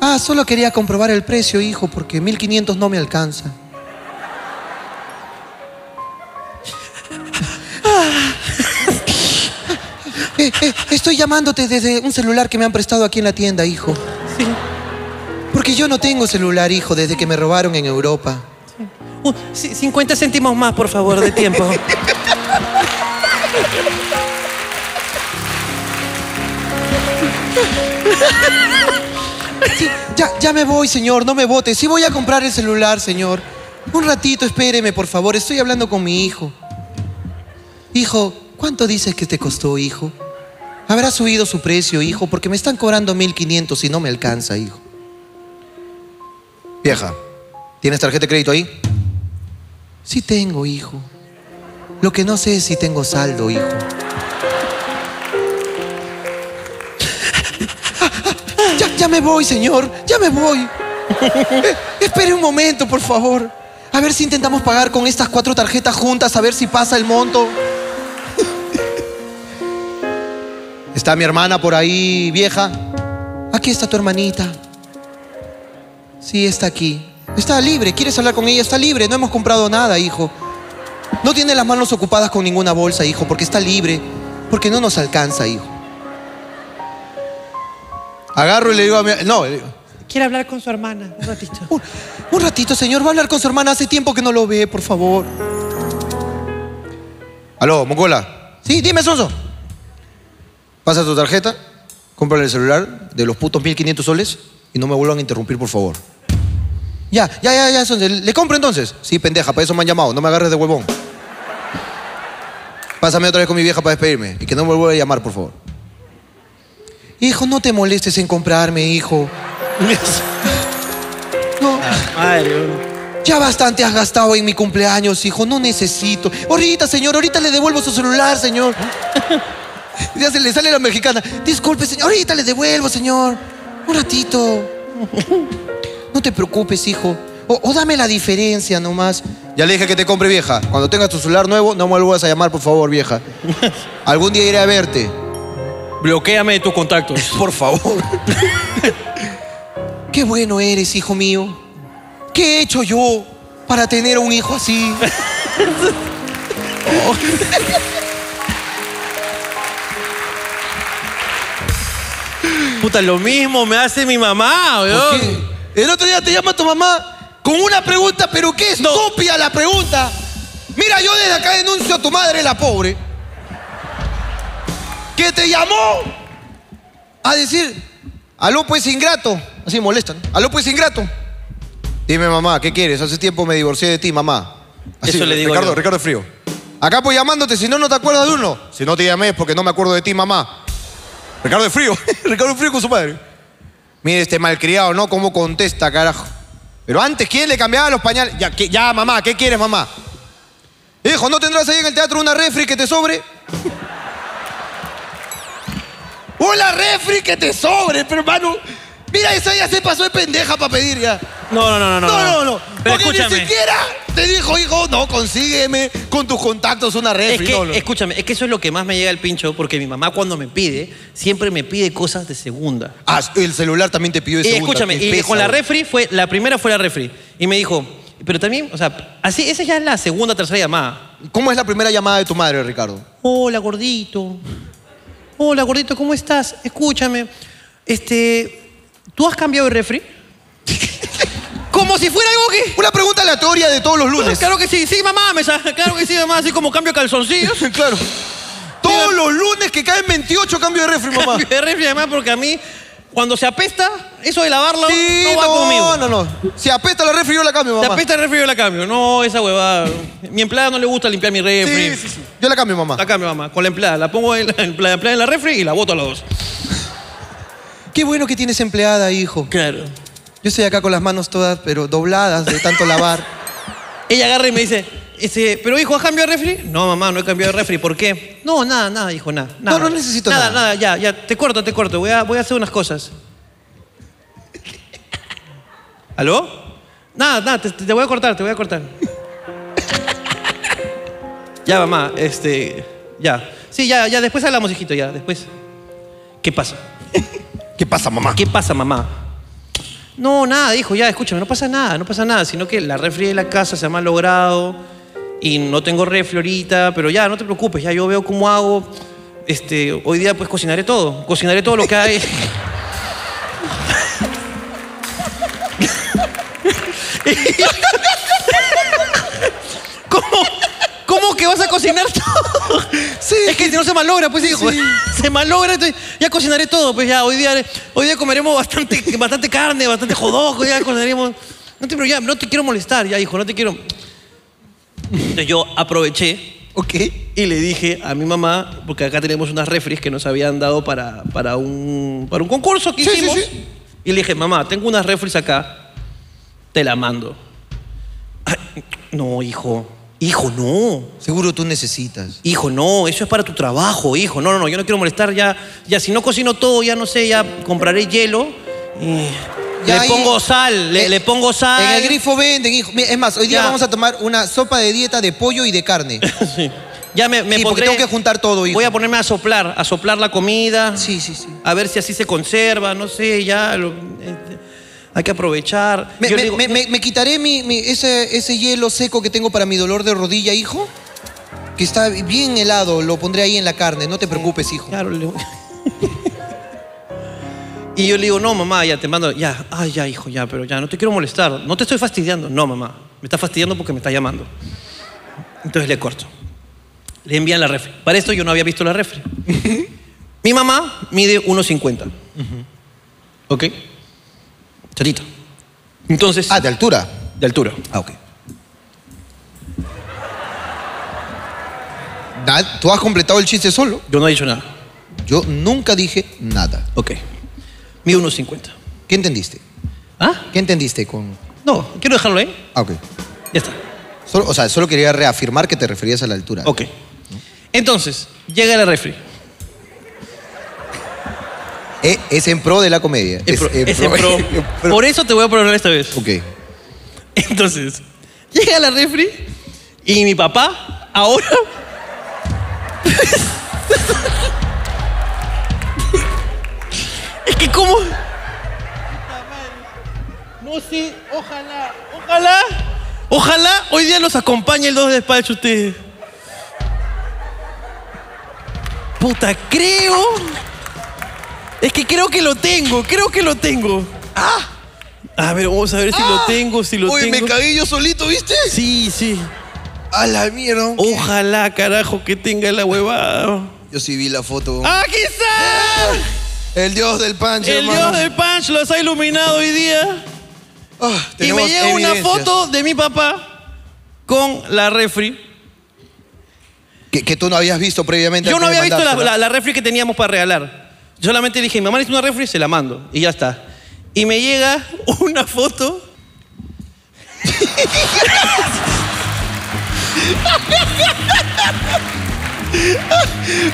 [SPEAKER 2] Ah, solo quería comprobar el precio, hijo, porque 1500 no me alcanza. Ah. Eh, eh, estoy llamándote desde un celular que me han prestado aquí en la tienda, hijo. Porque yo no tengo celular, hijo, desde que me robaron en Europa.
[SPEAKER 1] Uh, c- 50 céntimos más, por favor, de tiempo.
[SPEAKER 2] Sí, ya, ya me voy, señor, no me vote. Sí voy a comprar el celular, señor. Un ratito, espéreme, por favor. Estoy hablando con mi hijo. Hijo, ¿cuánto dices que te costó, hijo? Habrá subido su precio, hijo, porque me están cobrando 1500 y no me alcanza, hijo. Vieja, ¿tienes tarjeta de crédito ahí? Sí tengo, hijo. Lo que no sé es si tengo saldo, hijo. (laughs) Ya, ya me voy, señor. Ya me voy. Eh, espere un momento, por favor. A ver si intentamos pagar con estas cuatro tarjetas juntas, a ver si pasa el monto. ¿Está mi hermana por ahí, vieja? Aquí está tu hermanita. Sí, está aquí. Está libre. ¿Quieres hablar con ella? Está libre. No hemos comprado nada, hijo. No tiene las manos ocupadas con ninguna bolsa, hijo, porque está libre. Porque no nos alcanza, hijo. Agarro y le digo a mi... No, le digo,
[SPEAKER 1] Quiere hablar con su hermana un ratito.
[SPEAKER 2] un, un ratito, señor. Va a hablar con su hermana. Hace tiempo que no lo ve, por favor. Aló, Mongola. Sí, dime, Sonso. Pasa tu tarjeta, cómprale el celular de los putos 1500 soles y no me vuelvan a interrumpir, por favor. Ya, ya, ya, ya, Sonso. ¿Le compro entonces? Sí, pendeja, para eso me han llamado. No me agarres de huevón. Pásame otra vez con mi vieja para despedirme y que no me vuelva a llamar, por favor. Hijo, no te molestes en comprarme, hijo. (laughs) No. Ya bastante has gastado en mi cumpleaños, hijo. No necesito. Ahorita, señor, ahorita le devuelvo su celular, señor. Ya se le sale la mexicana. Disculpe, señor. Ahorita le devuelvo, señor. Un ratito. No te preocupes, hijo. O, o dame la diferencia nomás. Ya le dije que te compre, vieja. Cuando tengas tu celular nuevo, no me vuelvas a llamar, por favor, vieja. Algún día iré a verte.
[SPEAKER 1] Bloquéame de tus contactos.
[SPEAKER 2] Por favor. (laughs) Qué bueno eres, hijo mío. ¿Qué he hecho yo para tener un hijo así? Oh.
[SPEAKER 1] (laughs) Puta, lo mismo me hace mi mamá, weón.
[SPEAKER 2] ¿Qué? El otro día te llama tu mamá con una pregunta, pero qué estúpida la pregunta. Mira, yo desde acá denuncio a tu madre, la pobre, que te llamó a decir, aló pues ingrato, así molestan, aló pues ingrato. Dime mamá, ¿qué quieres? Hace tiempo me divorcié de ti, mamá.
[SPEAKER 1] Eso le digo
[SPEAKER 2] Ricardo,
[SPEAKER 1] yo.
[SPEAKER 2] Ricardo Frío. Acá pues llamándote, si no, no te acuerdas de uno. Si no te llamé es porque no me acuerdo de ti, mamá. Ricardo de Frío. (laughs) Ricardo de Frío con su padre. Mire este malcriado, ¿no? ¿Cómo contesta, carajo? Pero antes, ¿quién le cambiaba los pañales? Ya, ¿qué- ya mamá, ¿qué quieres, mamá? Hijo, ¿no tendrás ahí en el teatro una refri que te sobre?
[SPEAKER 5] ¡Una refri que te sobre, pero, hermano! Mira, esa ya se pasó de pendeja para pedir ya.
[SPEAKER 1] No, no, no, no.
[SPEAKER 5] No, no, no.
[SPEAKER 1] Pero
[SPEAKER 5] Porque ni
[SPEAKER 1] escúchame.
[SPEAKER 5] siquiera te dijo, hijo, no, consígueme con tus contactos una
[SPEAKER 1] Es
[SPEAKER 5] refri.
[SPEAKER 1] que,
[SPEAKER 5] No, no.
[SPEAKER 1] escúchame, es que eso es lo que más me llega al pincho, porque mi mamá cuando me pide, siempre me pide cosas de segunda.
[SPEAKER 2] Ah, el celular también te pidió
[SPEAKER 1] Y
[SPEAKER 2] ese segunda,
[SPEAKER 1] escúchame,
[SPEAKER 2] qué
[SPEAKER 1] y
[SPEAKER 2] pesa,
[SPEAKER 1] con la
[SPEAKER 2] bro.
[SPEAKER 1] refri fue, la primera fue la refri. Y me dijo, pero también, o sea, así, esa ya es la segunda, tercera llamada.
[SPEAKER 2] ¿Cómo es la primera llamada de tu madre, Ricardo?
[SPEAKER 1] Hola, gordito. Hola, gordito, ¿cómo estás? Escúchame. Este, ¿tú has cambiado el refri? (laughs) Como si fuera algo que...
[SPEAKER 2] Una pregunta aleatoria de todos los lunes. (laughs)
[SPEAKER 1] Claro que sí, sí, mamá, me sa- claro que sí, mamá, así como cambio de calzoncillos.
[SPEAKER 2] claro. Todos los lunes que caen 28 cambio de refri, (laughs) mamá.
[SPEAKER 1] Cambio de refri, además, porque a mí, cuando se apesta, eso de lavarlo
[SPEAKER 2] Sí,
[SPEAKER 1] no va
[SPEAKER 2] no,
[SPEAKER 1] conmigo.
[SPEAKER 2] no, no. Si apesta la refri, yo la cambio,
[SPEAKER 1] Se
[SPEAKER 2] mamá.
[SPEAKER 1] apesta el refri, yo la cambio. No, esa huevada. Mi empleada no le gusta limpiar mi refri.
[SPEAKER 2] Sí, sí, sí. Yo la cambio, mamá.
[SPEAKER 1] La cambio, mamá, con la empleada. La pongo en la, en la empleada en la refri y la boto a los dos.
[SPEAKER 2] Qué bueno que tienes empleada, hijo.
[SPEAKER 1] Claro.
[SPEAKER 2] Yo estoy acá con las manos todas, pero dobladas de tanto
[SPEAKER 1] (laughs)
[SPEAKER 2] lavar.
[SPEAKER 1] Ella agarra y me dice, este, pero hijo, ¿has cambiado de refri? No, mamá, no he cambiado de refri. ¿Por qué? No, nada, nada, hijo, nada. nada.
[SPEAKER 2] no necesito
[SPEAKER 1] Nada,
[SPEAKER 2] nada.
[SPEAKER 1] nada, ya, ya. Te corto, te corto. Voy a, voy a hacer unas cosas. ¿Aló? Nada, nada, te, te voy a cortar, te voy a cortar. ya, mamá, este, ya. Sí, ya, ya, después hablamos, hijito, ya, después. ¿Qué pasa?
[SPEAKER 2] ¿Qué pasa, mamá?
[SPEAKER 1] ¿Qué pasa, mamá? No, nada, dijo, ya, escúchame, no pasa nada, no pasa nada, sino que la refri de la casa se ha malogrado y no tengo refri ahorita, pero ya, no te preocupes, ya yo veo cómo hago. Este, hoy día pues cocinaré todo, cocinaré todo lo que hay. ¿Cómo? ¿Cómo que vas a cocinar todo? Sí. Es que si no se malogra, pues hijo. (laughs) Se malogra, entonces ya cocinaré todo, pues ya hoy día, hoy día comeremos bastante, bastante carne, bastante jodoco, ya cocinaremos. No te, pero ya, no te quiero molestar, ya hijo, no te quiero. Entonces yo aproveché
[SPEAKER 2] Ok.
[SPEAKER 1] y le dije a mi mamá, porque acá tenemos unas refries que nos habían dado para, para, un, para un concurso que
[SPEAKER 2] Sí, sí,
[SPEAKER 1] hicimos.
[SPEAKER 2] sí.
[SPEAKER 1] Y le dije, mamá, tengo unas refries acá, te la mando. Ay, no, hijo, hijo, no.
[SPEAKER 2] Seguro tú necesitas.
[SPEAKER 1] Hijo, no, eso es para tu trabajo, hijo. No, no, no, yo no quiero molestar ya. Ya si no cocino todo, ya no sé, ya compraré hielo. y
[SPEAKER 2] Ya
[SPEAKER 1] le
[SPEAKER 2] ahí-
[SPEAKER 1] pongo sal, le,
[SPEAKER 2] Eh,
[SPEAKER 1] le pongo sal.
[SPEAKER 2] En el grifo venden, hijo. Mira, Es más, hoy día
[SPEAKER 1] Ya.
[SPEAKER 2] vamos a tomar una sopa de dieta de pollo y
[SPEAKER 1] (laughs)
[SPEAKER 2] de carne.
[SPEAKER 1] Sí. Ya me, me
[SPEAKER 2] Sí, porque
[SPEAKER 1] pondré-
[SPEAKER 2] tengo que juntar todo, hijo.
[SPEAKER 1] Voy a ponerme a soplar, a soplar la comida.
[SPEAKER 2] Sí, sí, sí.
[SPEAKER 1] A ver si así se conserva, no sé, ya. lo- este, hay que aprovechar.
[SPEAKER 2] Me,
[SPEAKER 1] Yo
[SPEAKER 2] me-
[SPEAKER 1] le digo,
[SPEAKER 2] me- me- me quitaré mi- mi- ese, ese hielo seco que tengo para mi dolor de rodilla, hijo. Que está bien helado, lo pondré ahí en la carne, no te preocupes, hijo.
[SPEAKER 1] Claro, le- (laughs) y yo le digo, no, mamá, ya te mando, ya, ay, ya, hijo, ya, pero ya, no te quiero molestar, no te estoy fastidiando. No, mamá, me está fastidiando porque me está llamando. Entonces le corto. Le envían la refri. Para esto yo no había visto la (laughs) refri. Mi mamá mide 1,50. ¿Ok? Chatita. Entonces,
[SPEAKER 2] Ah, de altura.
[SPEAKER 1] de altura.
[SPEAKER 2] Ah, ok. Da- Tú has completado el chiste solo.
[SPEAKER 1] Yo no he dicho nada.
[SPEAKER 2] Yo nunca dije nada.
[SPEAKER 1] Ok. Mide 1,50.
[SPEAKER 2] ¿Qué entendiste?
[SPEAKER 1] ¿Ah?
[SPEAKER 2] ¿Qué entendiste con.?
[SPEAKER 1] No, quiero dejarlo ahí.
[SPEAKER 2] Ah, ok.
[SPEAKER 1] Ya está.
[SPEAKER 2] Solo- o sea, solo quería reafirmar que te referías a la altura.
[SPEAKER 1] Ok. Entonces, llega la refri.
[SPEAKER 2] Eh, es en pro de la comedia.
[SPEAKER 1] Es pro- es en pro.
[SPEAKER 2] en pro.
[SPEAKER 1] Por eso te voy a probar esta vez.
[SPEAKER 2] (laughs) Ok.
[SPEAKER 1] Entonces, llega la refri y mi papá ahora. es que, ¿cómo? No sé, ojalá, ojalá, ojalá hoy día los acompañe el 2 de despacho ustedes. Puta, creo. Es que creo que lo tengo, creo que lo tengo. ¡Ah! A ver, vamos a ver si lo tengo, si lo
[SPEAKER 5] Uy,
[SPEAKER 1] tengo.
[SPEAKER 5] me cagué yo solito, ¿viste?
[SPEAKER 1] Sí, sí.
[SPEAKER 5] A la mierda.
[SPEAKER 1] Ojalá, carajo, que tenga la huevada.
[SPEAKER 5] Yo sí vi la foto.
[SPEAKER 1] ¡Aquí está!
[SPEAKER 5] El dios del pancho,
[SPEAKER 1] Ah. El
[SPEAKER 5] hermano.
[SPEAKER 1] dios del punch los ha iluminado hoy día.
[SPEAKER 5] Ah,
[SPEAKER 1] Y
[SPEAKER 5] tenemos
[SPEAKER 1] me llega una
[SPEAKER 5] evidencias.
[SPEAKER 1] foto de mi papá con la refri.
[SPEAKER 2] Que, que tú no habías visto previamente.
[SPEAKER 1] Yo no
[SPEAKER 2] antes de
[SPEAKER 1] había visto la,
[SPEAKER 2] mandársela.
[SPEAKER 1] la- la refri que teníamos para regalar. Yo solamente dije, mi mamá hizo una refri, se la mando. Y ya está. Y me llega (laughs) una foto.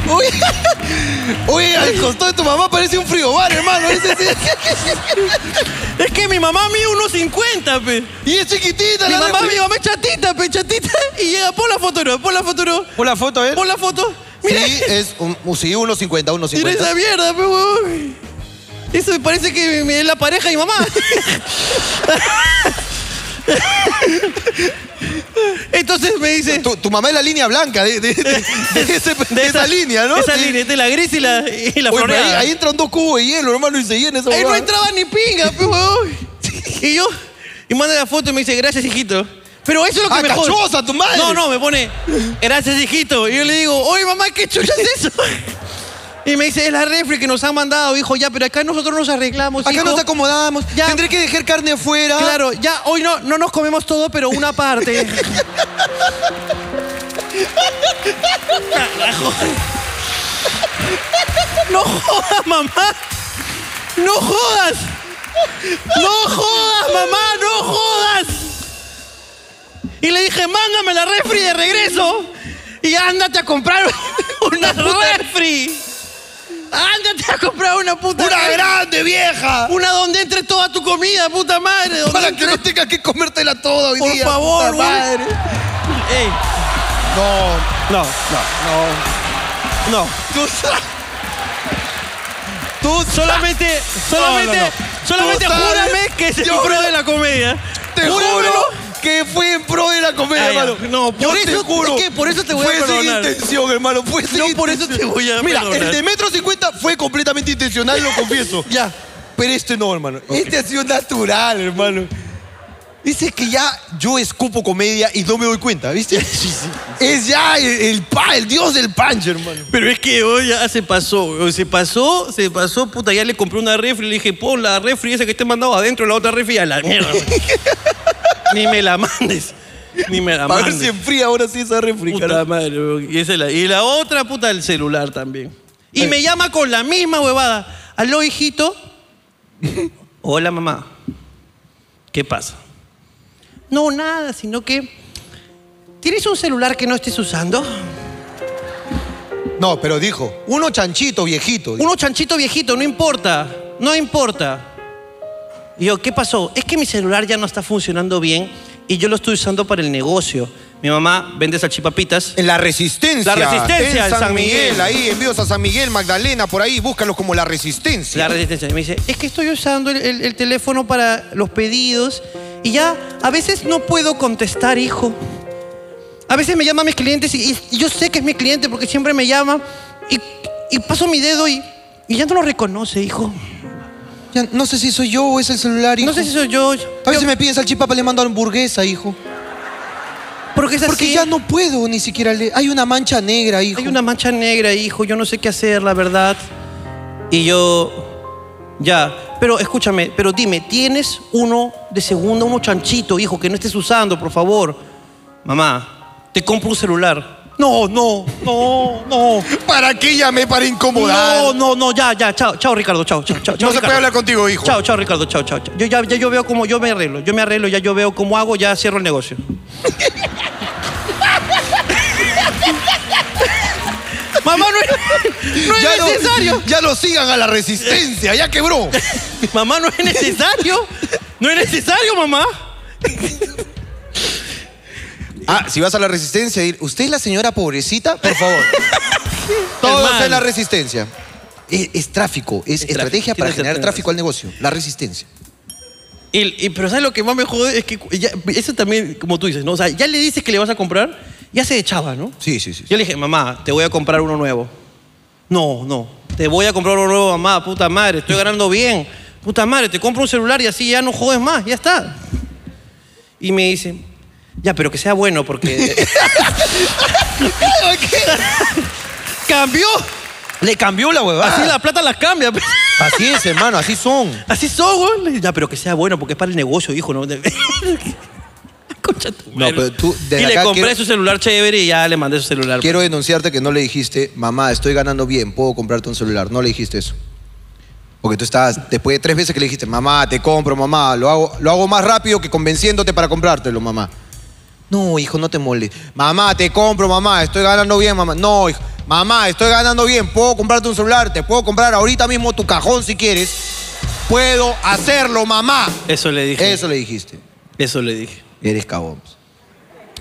[SPEAKER 5] Uy, uy, al costado de tu mamá parece un frigobar, hermano. Ese sí.
[SPEAKER 1] Es que mi mamá mide unos 50, pe.
[SPEAKER 5] (laughs) Y es chiquitita
[SPEAKER 1] Mi
[SPEAKER 5] la
[SPEAKER 1] mamá,
[SPEAKER 5] refri.
[SPEAKER 1] mi mamá es chatita, pe, chatita. (laughs) Y llega, pon la foto, no, pon la foto, no.
[SPEAKER 2] Pon la foto, ¿eh?
[SPEAKER 1] Pon la foto. Mira,
[SPEAKER 2] Sí, es un, un- sí, 1.50,
[SPEAKER 1] mira
[SPEAKER 2] 1.50.
[SPEAKER 1] esa mierda, pe, huevón. Eso me parece que me- es la pareja de mi mamá. (laughs) Entonces me dice...
[SPEAKER 2] Tu, tu mamá es la línea blanca de, de-
[SPEAKER 1] (laughs)
[SPEAKER 2] de- de ese- de esa, línea, ¿no?
[SPEAKER 1] Esa
[SPEAKER 2] Sí.
[SPEAKER 1] línea, esta es la gris y la, y la
[SPEAKER 2] Uy, pero ahí,
[SPEAKER 1] floreada.
[SPEAKER 2] ahí entran dos cubos de hielo, hermano, y se llena esa
[SPEAKER 1] Ahí no
[SPEAKER 2] huevada.
[SPEAKER 1] entraba ni pinga, pe, (laughs) huevón. Y yo, y manda la foto y me dice, gracias, hijito. Pero eso es lo que
[SPEAKER 5] Ah,
[SPEAKER 1] me jode.
[SPEAKER 5] cachosa, tu madre.
[SPEAKER 1] No, no, me pone, gracias, hijito. Y yo le digo, oye, mamá, ¿qué chucha es eso? (laughs) Y me dice, es la refri que nos han mandado, hijo, ya, pero acá nosotros nos arreglamos,
[SPEAKER 2] Acá
[SPEAKER 1] hijo.
[SPEAKER 2] nos acomodamos.
[SPEAKER 1] Ya.
[SPEAKER 2] Tendré que dejar carne afuera.
[SPEAKER 1] Claro, ya, hoy no, no nos comemos todo, pero una
[SPEAKER 2] (laughs)
[SPEAKER 1] parte. Carajo. No jodas, mamá. No jodas. No jodas, mamá, no jodas. Y le dije, mándame la refri de regreso y ándate a comprar (laughs) una refri. Ándate a comprar una puta
[SPEAKER 5] Una
[SPEAKER 1] refri.
[SPEAKER 5] grande vieja.
[SPEAKER 1] Una donde entre toda tu comida, puta madre. donde
[SPEAKER 5] Para que
[SPEAKER 1] entre-
[SPEAKER 5] no tengas que comértela toda hoy
[SPEAKER 1] Por
[SPEAKER 5] día.
[SPEAKER 1] favor,
[SPEAKER 5] puta
[SPEAKER 1] güey.
[SPEAKER 5] madre.
[SPEAKER 1] Ey,
[SPEAKER 5] No,
[SPEAKER 1] no, no, no.
[SPEAKER 5] tú sabes.
[SPEAKER 1] Tú solamente, solamente,
[SPEAKER 5] no, no.
[SPEAKER 1] solamente
[SPEAKER 5] Tú sabes-
[SPEAKER 1] júrame que es
[SPEAKER 5] Yo-
[SPEAKER 1] el pro de la comedia.
[SPEAKER 5] Te
[SPEAKER 1] Júramelo.
[SPEAKER 5] juro que fue en pro de la comedia,
[SPEAKER 1] Ah, ya.
[SPEAKER 5] hermano.
[SPEAKER 1] No, por
[SPEAKER 5] Yo te
[SPEAKER 1] eso-
[SPEAKER 5] juro.
[SPEAKER 1] es que por eso te voy a
[SPEAKER 5] Fue sin
[SPEAKER 1] perdonar.
[SPEAKER 5] intención, hermano. Fue sin
[SPEAKER 1] Yo por eso te
[SPEAKER 5] intención.
[SPEAKER 1] voy a
[SPEAKER 5] Mira,
[SPEAKER 1] perdonar.
[SPEAKER 5] el de metro cincuenta fue completamente intencional,
[SPEAKER 1] (laughs)
[SPEAKER 5] lo confieso.
[SPEAKER 2] Ya.
[SPEAKER 5] Pero este no, hermano. Este ha sido natural, hermano.
[SPEAKER 2] Dice que ya yo escupo comedia y no me doy
[SPEAKER 1] (laughs)
[SPEAKER 2] cuenta, ¿viste?
[SPEAKER 5] Es ya el, el pa- el dios del punch, hermano.
[SPEAKER 1] Pero es que hoy ya se pasó, weón, se pasó, se pasó, puta, ya le compré una refri, le dije, pon la refri esa que te he mandado adentro, la otra refri a la
[SPEAKER 5] (laughs)
[SPEAKER 1] mierda. weón. ni me la mandes, ni me la
[SPEAKER 5] A ver si
[SPEAKER 1] mandes.
[SPEAKER 5] enfría ahora sí esa refri,
[SPEAKER 1] Puta
[SPEAKER 5] carajo.
[SPEAKER 1] madre, weón. y, esa es la, y la otra, puta, el celular también. Y me llama con la misma huevada. Aló, hijito. (laughs) Hola, mamá. ¿Qué pasa? No, nada, sino que... ¿Tienes un celular que no estés usando?
[SPEAKER 2] No, pero dijo, uno chanchito viejito. dijo.
[SPEAKER 1] Uno chanchito viejito, no importa, no importa. Y yo, ¿qué pasó? Es que mi celular ya no está funcionando bien y yo lo estoy usando para el negocio. Mi mamá vende salchipapitas.
[SPEAKER 2] En la resistencia.
[SPEAKER 1] La Resistencia,
[SPEAKER 2] En
[SPEAKER 1] en
[SPEAKER 2] San,
[SPEAKER 1] San
[SPEAKER 2] Miguel.
[SPEAKER 1] Miguel.
[SPEAKER 2] Ahí, envíos a San Miguel, Magdalena, por ahí, búscalos como la resistencia.
[SPEAKER 1] La resistencia. Y me dice, es que estoy usando el, el- el teléfono para los pedidos y ya a veces no puedo contestar, hijo. A veces me llaman mis clientes y, y yo sé que es mi cliente porque siempre me llama y, y paso mi dedo y, y ya no lo reconoce, hijo.
[SPEAKER 2] Ya, no sé si soy yo o es el celular, hijo.
[SPEAKER 1] No sé si soy yo.
[SPEAKER 2] A veces
[SPEAKER 1] yo-
[SPEAKER 2] me piden salchipapa, le mando hamburguesa, hijo.
[SPEAKER 1] porque es
[SPEAKER 2] Porque
[SPEAKER 1] así.
[SPEAKER 2] ya no puedo ni siquiera le... Hay una mancha negra, hijo.
[SPEAKER 1] Hay una mancha negra, hijo, yo no sé qué hacer, la verdad. Y yo, ya, pero escúchame, pero dime, ¿tienes uno de segunda, uno chanchito, hijo, que no estés usando, por favor? Mamá, te compro un celular. No, no, no, (laughs) no.
[SPEAKER 2] ¿Para qué llamé para incomodar?
[SPEAKER 1] No, no, no, ya, ya, chao, chao, Ricardo, chao, chao, chao. chao,
[SPEAKER 2] se
[SPEAKER 1] Ricardo.
[SPEAKER 2] puede hablar contigo, hijo.
[SPEAKER 1] Chao, chao, Ricardo, chao, chao. chao. Yo ya, ya yo veo cómo yo me arreglo, yo me arreglo, ya yo veo cómo hago, ya cierro el negocio. (laughs) Mamá, no es, no es
[SPEAKER 5] Ya no-
[SPEAKER 1] necesario.
[SPEAKER 5] ya lo sigan a la resistencia, ya quebró.
[SPEAKER 1] Mamá, no es necesario. No es necesario, mamá.
[SPEAKER 2] (laughs) Ah, si vas a la resistencia, di- ¿usted es la señora pobrecita? Por favor. (laughs) Todos
[SPEAKER 1] Hermano.
[SPEAKER 2] en la resistencia. Es, es tráfico, es,
[SPEAKER 1] Es tráfico,
[SPEAKER 2] estrategia para
[SPEAKER 1] tienes
[SPEAKER 2] generar
[SPEAKER 1] razón.
[SPEAKER 2] tráfico al negocio. La resistencia.
[SPEAKER 1] Y, y- pero ¿sabes lo que más me jode? Es que cu- ya- eso también, como tú dices, ¿no? O sea, ya le dices que le vas a comprar, ya se echaba, ¿no?
[SPEAKER 2] Sí,
[SPEAKER 1] (laughs)
[SPEAKER 2] sí, sí.
[SPEAKER 1] Yo le dije, mamá, te voy a comprar uno nuevo. No, no. Te voy a comprar uno nuevo, mamá. Puta madre, estoy ganando bien. Puta madre, te compro un celular y así ya no jodes más. Ya está. Y me dice, ya, pero que sea bueno
[SPEAKER 2] (laughs)
[SPEAKER 1] porque... (laughs) cambió.
[SPEAKER 2] Le cambió la huevada.
[SPEAKER 1] Así la plata las cambia. (laughs)
[SPEAKER 2] Así es, hermano, así son.
[SPEAKER 1] Así son, güey. Ya, pero que sea bueno porque es para el negocio, hijo. ¿no? (laughs) Concha tu
[SPEAKER 2] No,
[SPEAKER 1] madre.
[SPEAKER 2] pero tú, desde
[SPEAKER 1] y le
[SPEAKER 2] acá
[SPEAKER 1] compré
[SPEAKER 2] quiero-
[SPEAKER 1] su celular chévere y ya le mandé su celular.
[SPEAKER 2] Quiero denunciarte que no le dijiste, mamá, estoy ganando bien, puedo comprarte un celular. No le dijiste eso. Porque tú estabas, después de tres veces que le dijiste, mamá, te compro, mamá, lo hago, lo hago más rápido que convenciéndote para comprártelo, mamá. No, hijo, no te molestes. Mamá, te compro, mamá, estoy ganando bien, mamá. No, hijo, mamá, estoy ganando bien, puedo comprarte un celular, te puedo comprar ahorita mismo tu cajón si quieres. Puedo hacerlo, mamá.
[SPEAKER 1] Eso le dije.
[SPEAKER 2] Eso le dijiste.
[SPEAKER 1] Eso le dije.
[SPEAKER 2] Eres cabón.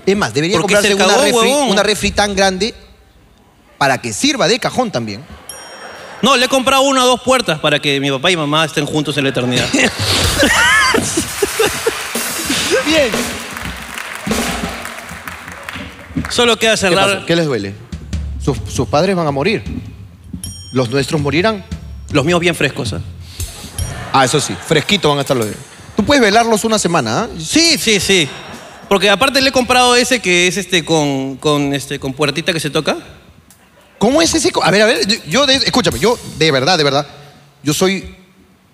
[SPEAKER 2] Es más, debería
[SPEAKER 1] ¿Por qué es
[SPEAKER 2] comprarse
[SPEAKER 1] el
[SPEAKER 2] una,
[SPEAKER 1] cabón,
[SPEAKER 2] refri,
[SPEAKER 1] huevón?
[SPEAKER 2] una refri tan grande para que sirva de cajón también.
[SPEAKER 1] No, le he comprado una o dos puertas para que mi papá y mamá estén juntos en la (laughs) eternidad.
[SPEAKER 5] Bien.
[SPEAKER 1] Solo queda
[SPEAKER 2] ¿Qué,
[SPEAKER 1] cerrar.
[SPEAKER 2] pasa? ¿Qué les duele? Sus, sus padres van a morir. Los nuestros morirán.
[SPEAKER 1] Los míos bien frescos. ¿ah?
[SPEAKER 2] Ah, eso sí, fresquitos van a estar los de- Tú puedes velarlos una semana, ¿ah?
[SPEAKER 1] Sí, sí, sí. Porque aparte le he comprado ese que es este con, con, este, con puertita que se toca.
[SPEAKER 2] ¿Cómo es ese? co- A ver, a ver, yo- yo de- escúchame, yo de verdad, de verdad, yo soy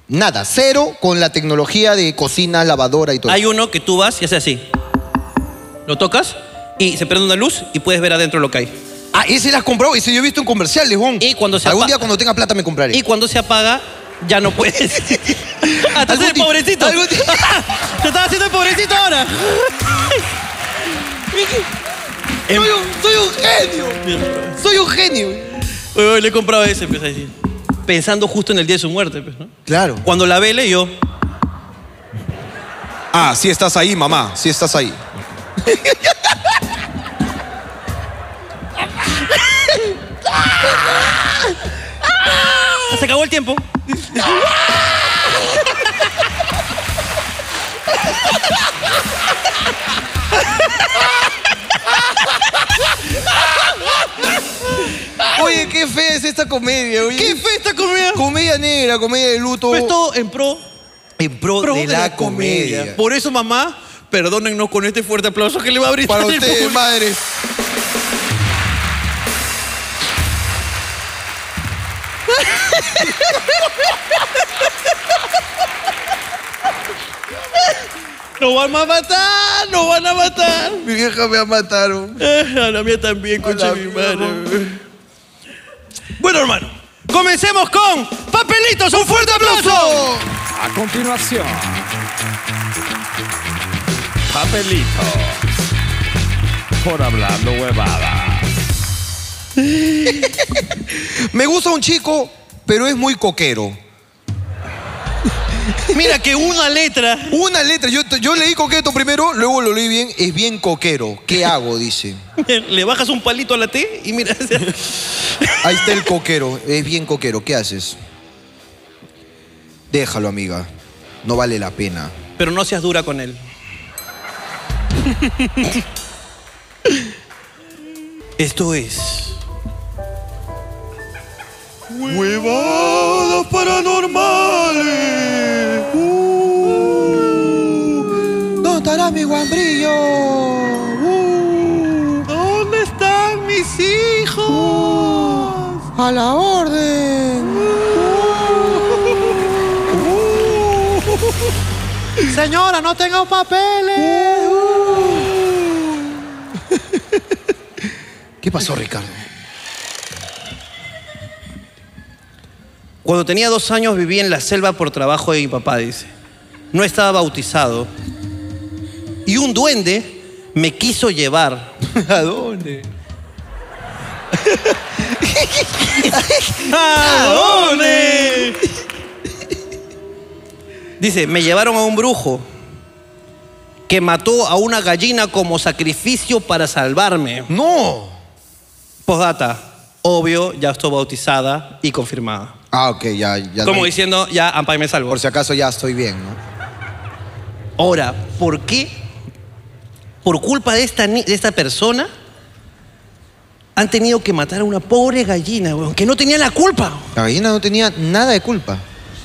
[SPEAKER 2] nada, cero con la tecnología de cocina, lavadora y todo.
[SPEAKER 1] Hay uno que tú vas y hace así. Lo tocas y se prende una luz y puedes ver adentro lo que hay.
[SPEAKER 2] Ah, ese las compró, ese yo he visto en comerciales, Juan.
[SPEAKER 1] Y cuando se
[SPEAKER 2] Algún
[SPEAKER 1] apa-
[SPEAKER 2] día cuando tenga plata me compraré.
[SPEAKER 1] Y cuando se apaga, ya
[SPEAKER 5] (laughs)
[SPEAKER 1] no puedes. Hasta
[SPEAKER 2] Algún
[SPEAKER 1] el
[SPEAKER 2] día-
[SPEAKER 1] pobrecito.
[SPEAKER 2] algún
[SPEAKER 1] (laughs)
[SPEAKER 2] día-
[SPEAKER 1] Te estás haciendo el pobrecito
[SPEAKER 5] (laughs)
[SPEAKER 1] ahora. Em-
[SPEAKER 5] Soy un, soy un genio. Soy un genio.
[SPEAKER 1] Uy, uy, le he comprado ese, empieza a decir. Pensando justo en el día de su muerte, pues, ¿no?
[SPEAKER 2] Claro.
[SPEAKER 1] Cuando la vele, yo.
[SPEAKER 2] Ah, sí estás ahí, mamá, sí estás ahí.
[SPEAKER 1] "Ah, Se acabó el tiempo.
[SPEAKER 2] Oye, qué fea es esta comedia, oye.
[SPEAKER 5] ¿Qué fue esta comida?
[SPEAKER 2] Comedia negra, comedia de luto.
[SPEAKER 1] Pues todo en pro,
[SPEAKER 2] en pro,
[SPEAKER 1] pro
[SPEAKER 2] de, la, comedia.
[SPEAKER 1] Por eso, mamá, perdónennos con este fuerte aplauso que le va a brindar
[SPEAKER 2] Para
[SPEAKER 1] el
[SPEAKER 2] ustedes,
[SPEAKER 1] público.
[SPEAKER 2] madres.
[SPEAKER 1] ¡Nos van a matar! ¡Nos van a matar!
[SPEAKER 2] Mi vieja me ha matado.
[SPEAKER 1] Ah, A la mía también, concha
[SPEAKER 2] la
[SPEAKER 1] de mi
[SPEAKER 2] mía,
[SPEAKER 1] madre. Bueno, hermano, comencemos con Papelitos, un fuerte aplauso.
[SPEAKER 6] A continuación, papelitos por hablando huevadas.
[SPEAKER 2] Me gusta un chico, pero es muy coquero.
[SPEAKER 1] Mira que una letra (laughs)
[SPEAKER 2] Una letra, yo, yo leí coqueto primero, luego lo leí bien, es bien coquero. ¿Qué hago? (laughs) Dice.
[SPEAKER 1] le bajas un palito a la T y mira. (laughs)
[SPEAKER 2] Ahí está el coquero, es bien coquero. ¿Qué haces? Déjalo, amiga. No vale la pena.
[SPEAKER 1] Pero no seas dura
[SPEAKER 2] (laughs)
[SPEAKER 1] con él. Esto es.
[SPEAKER 5] Huevadas paranormales.
[SPEAKER 2] ¿Dónde estará mi guambrillo?
[SPEAKER 5] ¿Dónde están mis hijos?
[SPEAKER 2] a la orden.
[SPEAKER 5] Señora, no tengo papeles.
[SPEAKER 2] ¿Qué pasó, Ricardo?
[SPEAKER 1] Cuando tenía dos años viví en la selva por trabajo de mi papá, dice. No estaba bautizado. Y un duende me quiso llevar.
[SPEAKER 2] (laughs) ¿A dónde?
[SPEAKER 1] (laughs) ¿A dónde? Dice, me llevaron a un brujo que mató a una gallina como sacrificio para salvarme.
[SPEAKER 2] ¡No!
[SPEAKER 1] Postdata, obvio, ya estoy bautizada y confirmada.
[SPEAKER 2] Ah, ok, ya, ya.
[SPEAKER 1] Como
[SPEAKER 2] no-
[SPEAKER 1] diciendo, ya, Ampay me salvo.
[SPEAKER 2] Por si acaso ya estoy bien, ¿no?
[SPEAKER 1] Ahora, ¿por qué? Por culpa de esta, ni- de esta persona, han tenido que matar a una pobre gallina, weón, que no tenía la culpa.
[SPEAKER 2] La gallina no tenía nada de culpa.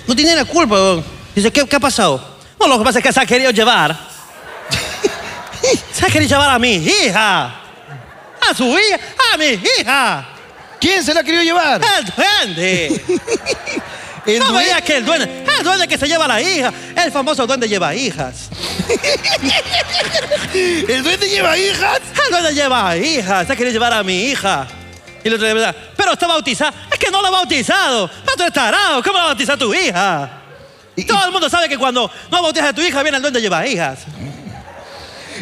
[SPEAKER 1] No tenía la culpa, weón. Dice, ¿qué, qué ha pasado? No, lo que pasa es que se ha querido llevar. (laughs) se ha querido llevar a mi hija. A su hija, a mi hija.
[SPEAKER 2] ¿Quién se la quería llevar?
[SPEAKER 1] El
[SPEAKER 2] (laughs)
[SPEAKER 1] duende.
[SPEAKER 2] El
[SPEAKER 1] no
[SPEAKER 2] duende.
[SPEAKER 1] veía que el duende, el duende que se lleva a la hija. El famoso duende lleva hijas.
[SPEAKER 5] ¿El duende lleva hijas?
[SPEAKER 1] Ah, no la lleva hija, se quiere llevar a mi hija. Y el otro le dice, pero está bautizada. Es que no la ha bautizado. No, tú eres tarado. ¿Cómo la bautiza tu hija? Todo el mundo sabe que cuando no bautizas a tu hija, viene el duende y lleva hijas.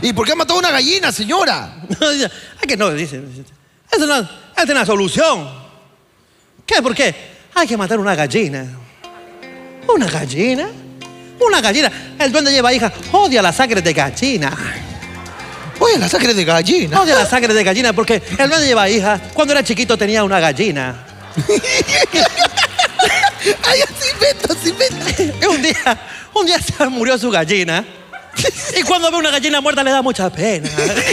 [SPEAKER 5] ¿Y por qué ha matado una gallina, señora?
[SPEAKER 1] ah, que (laughs) no, dice. Eso no, es una solución. ¿Qué? ¿Por qué? Hay que matar una gallina. ¿Una gallina? Una gallina. El duende lleva hija. Odia la sangre de gallina.
[SPEAKER 5] Oye, la sangre de gallina.
[SPEAKER 1] Odia la sangre de gallina porque el duende lleva hija. Cuando era chiquito tenía una gallina.
[SPEAKER 5] (laughs) Ay, se inventa, se inventa.
[SPEAKER 1] Y (laughs) un día, un día se murió su gallina. Y cuando ve una gallina muerta le da mucha pena.
[SPEAKER 5] (laughs)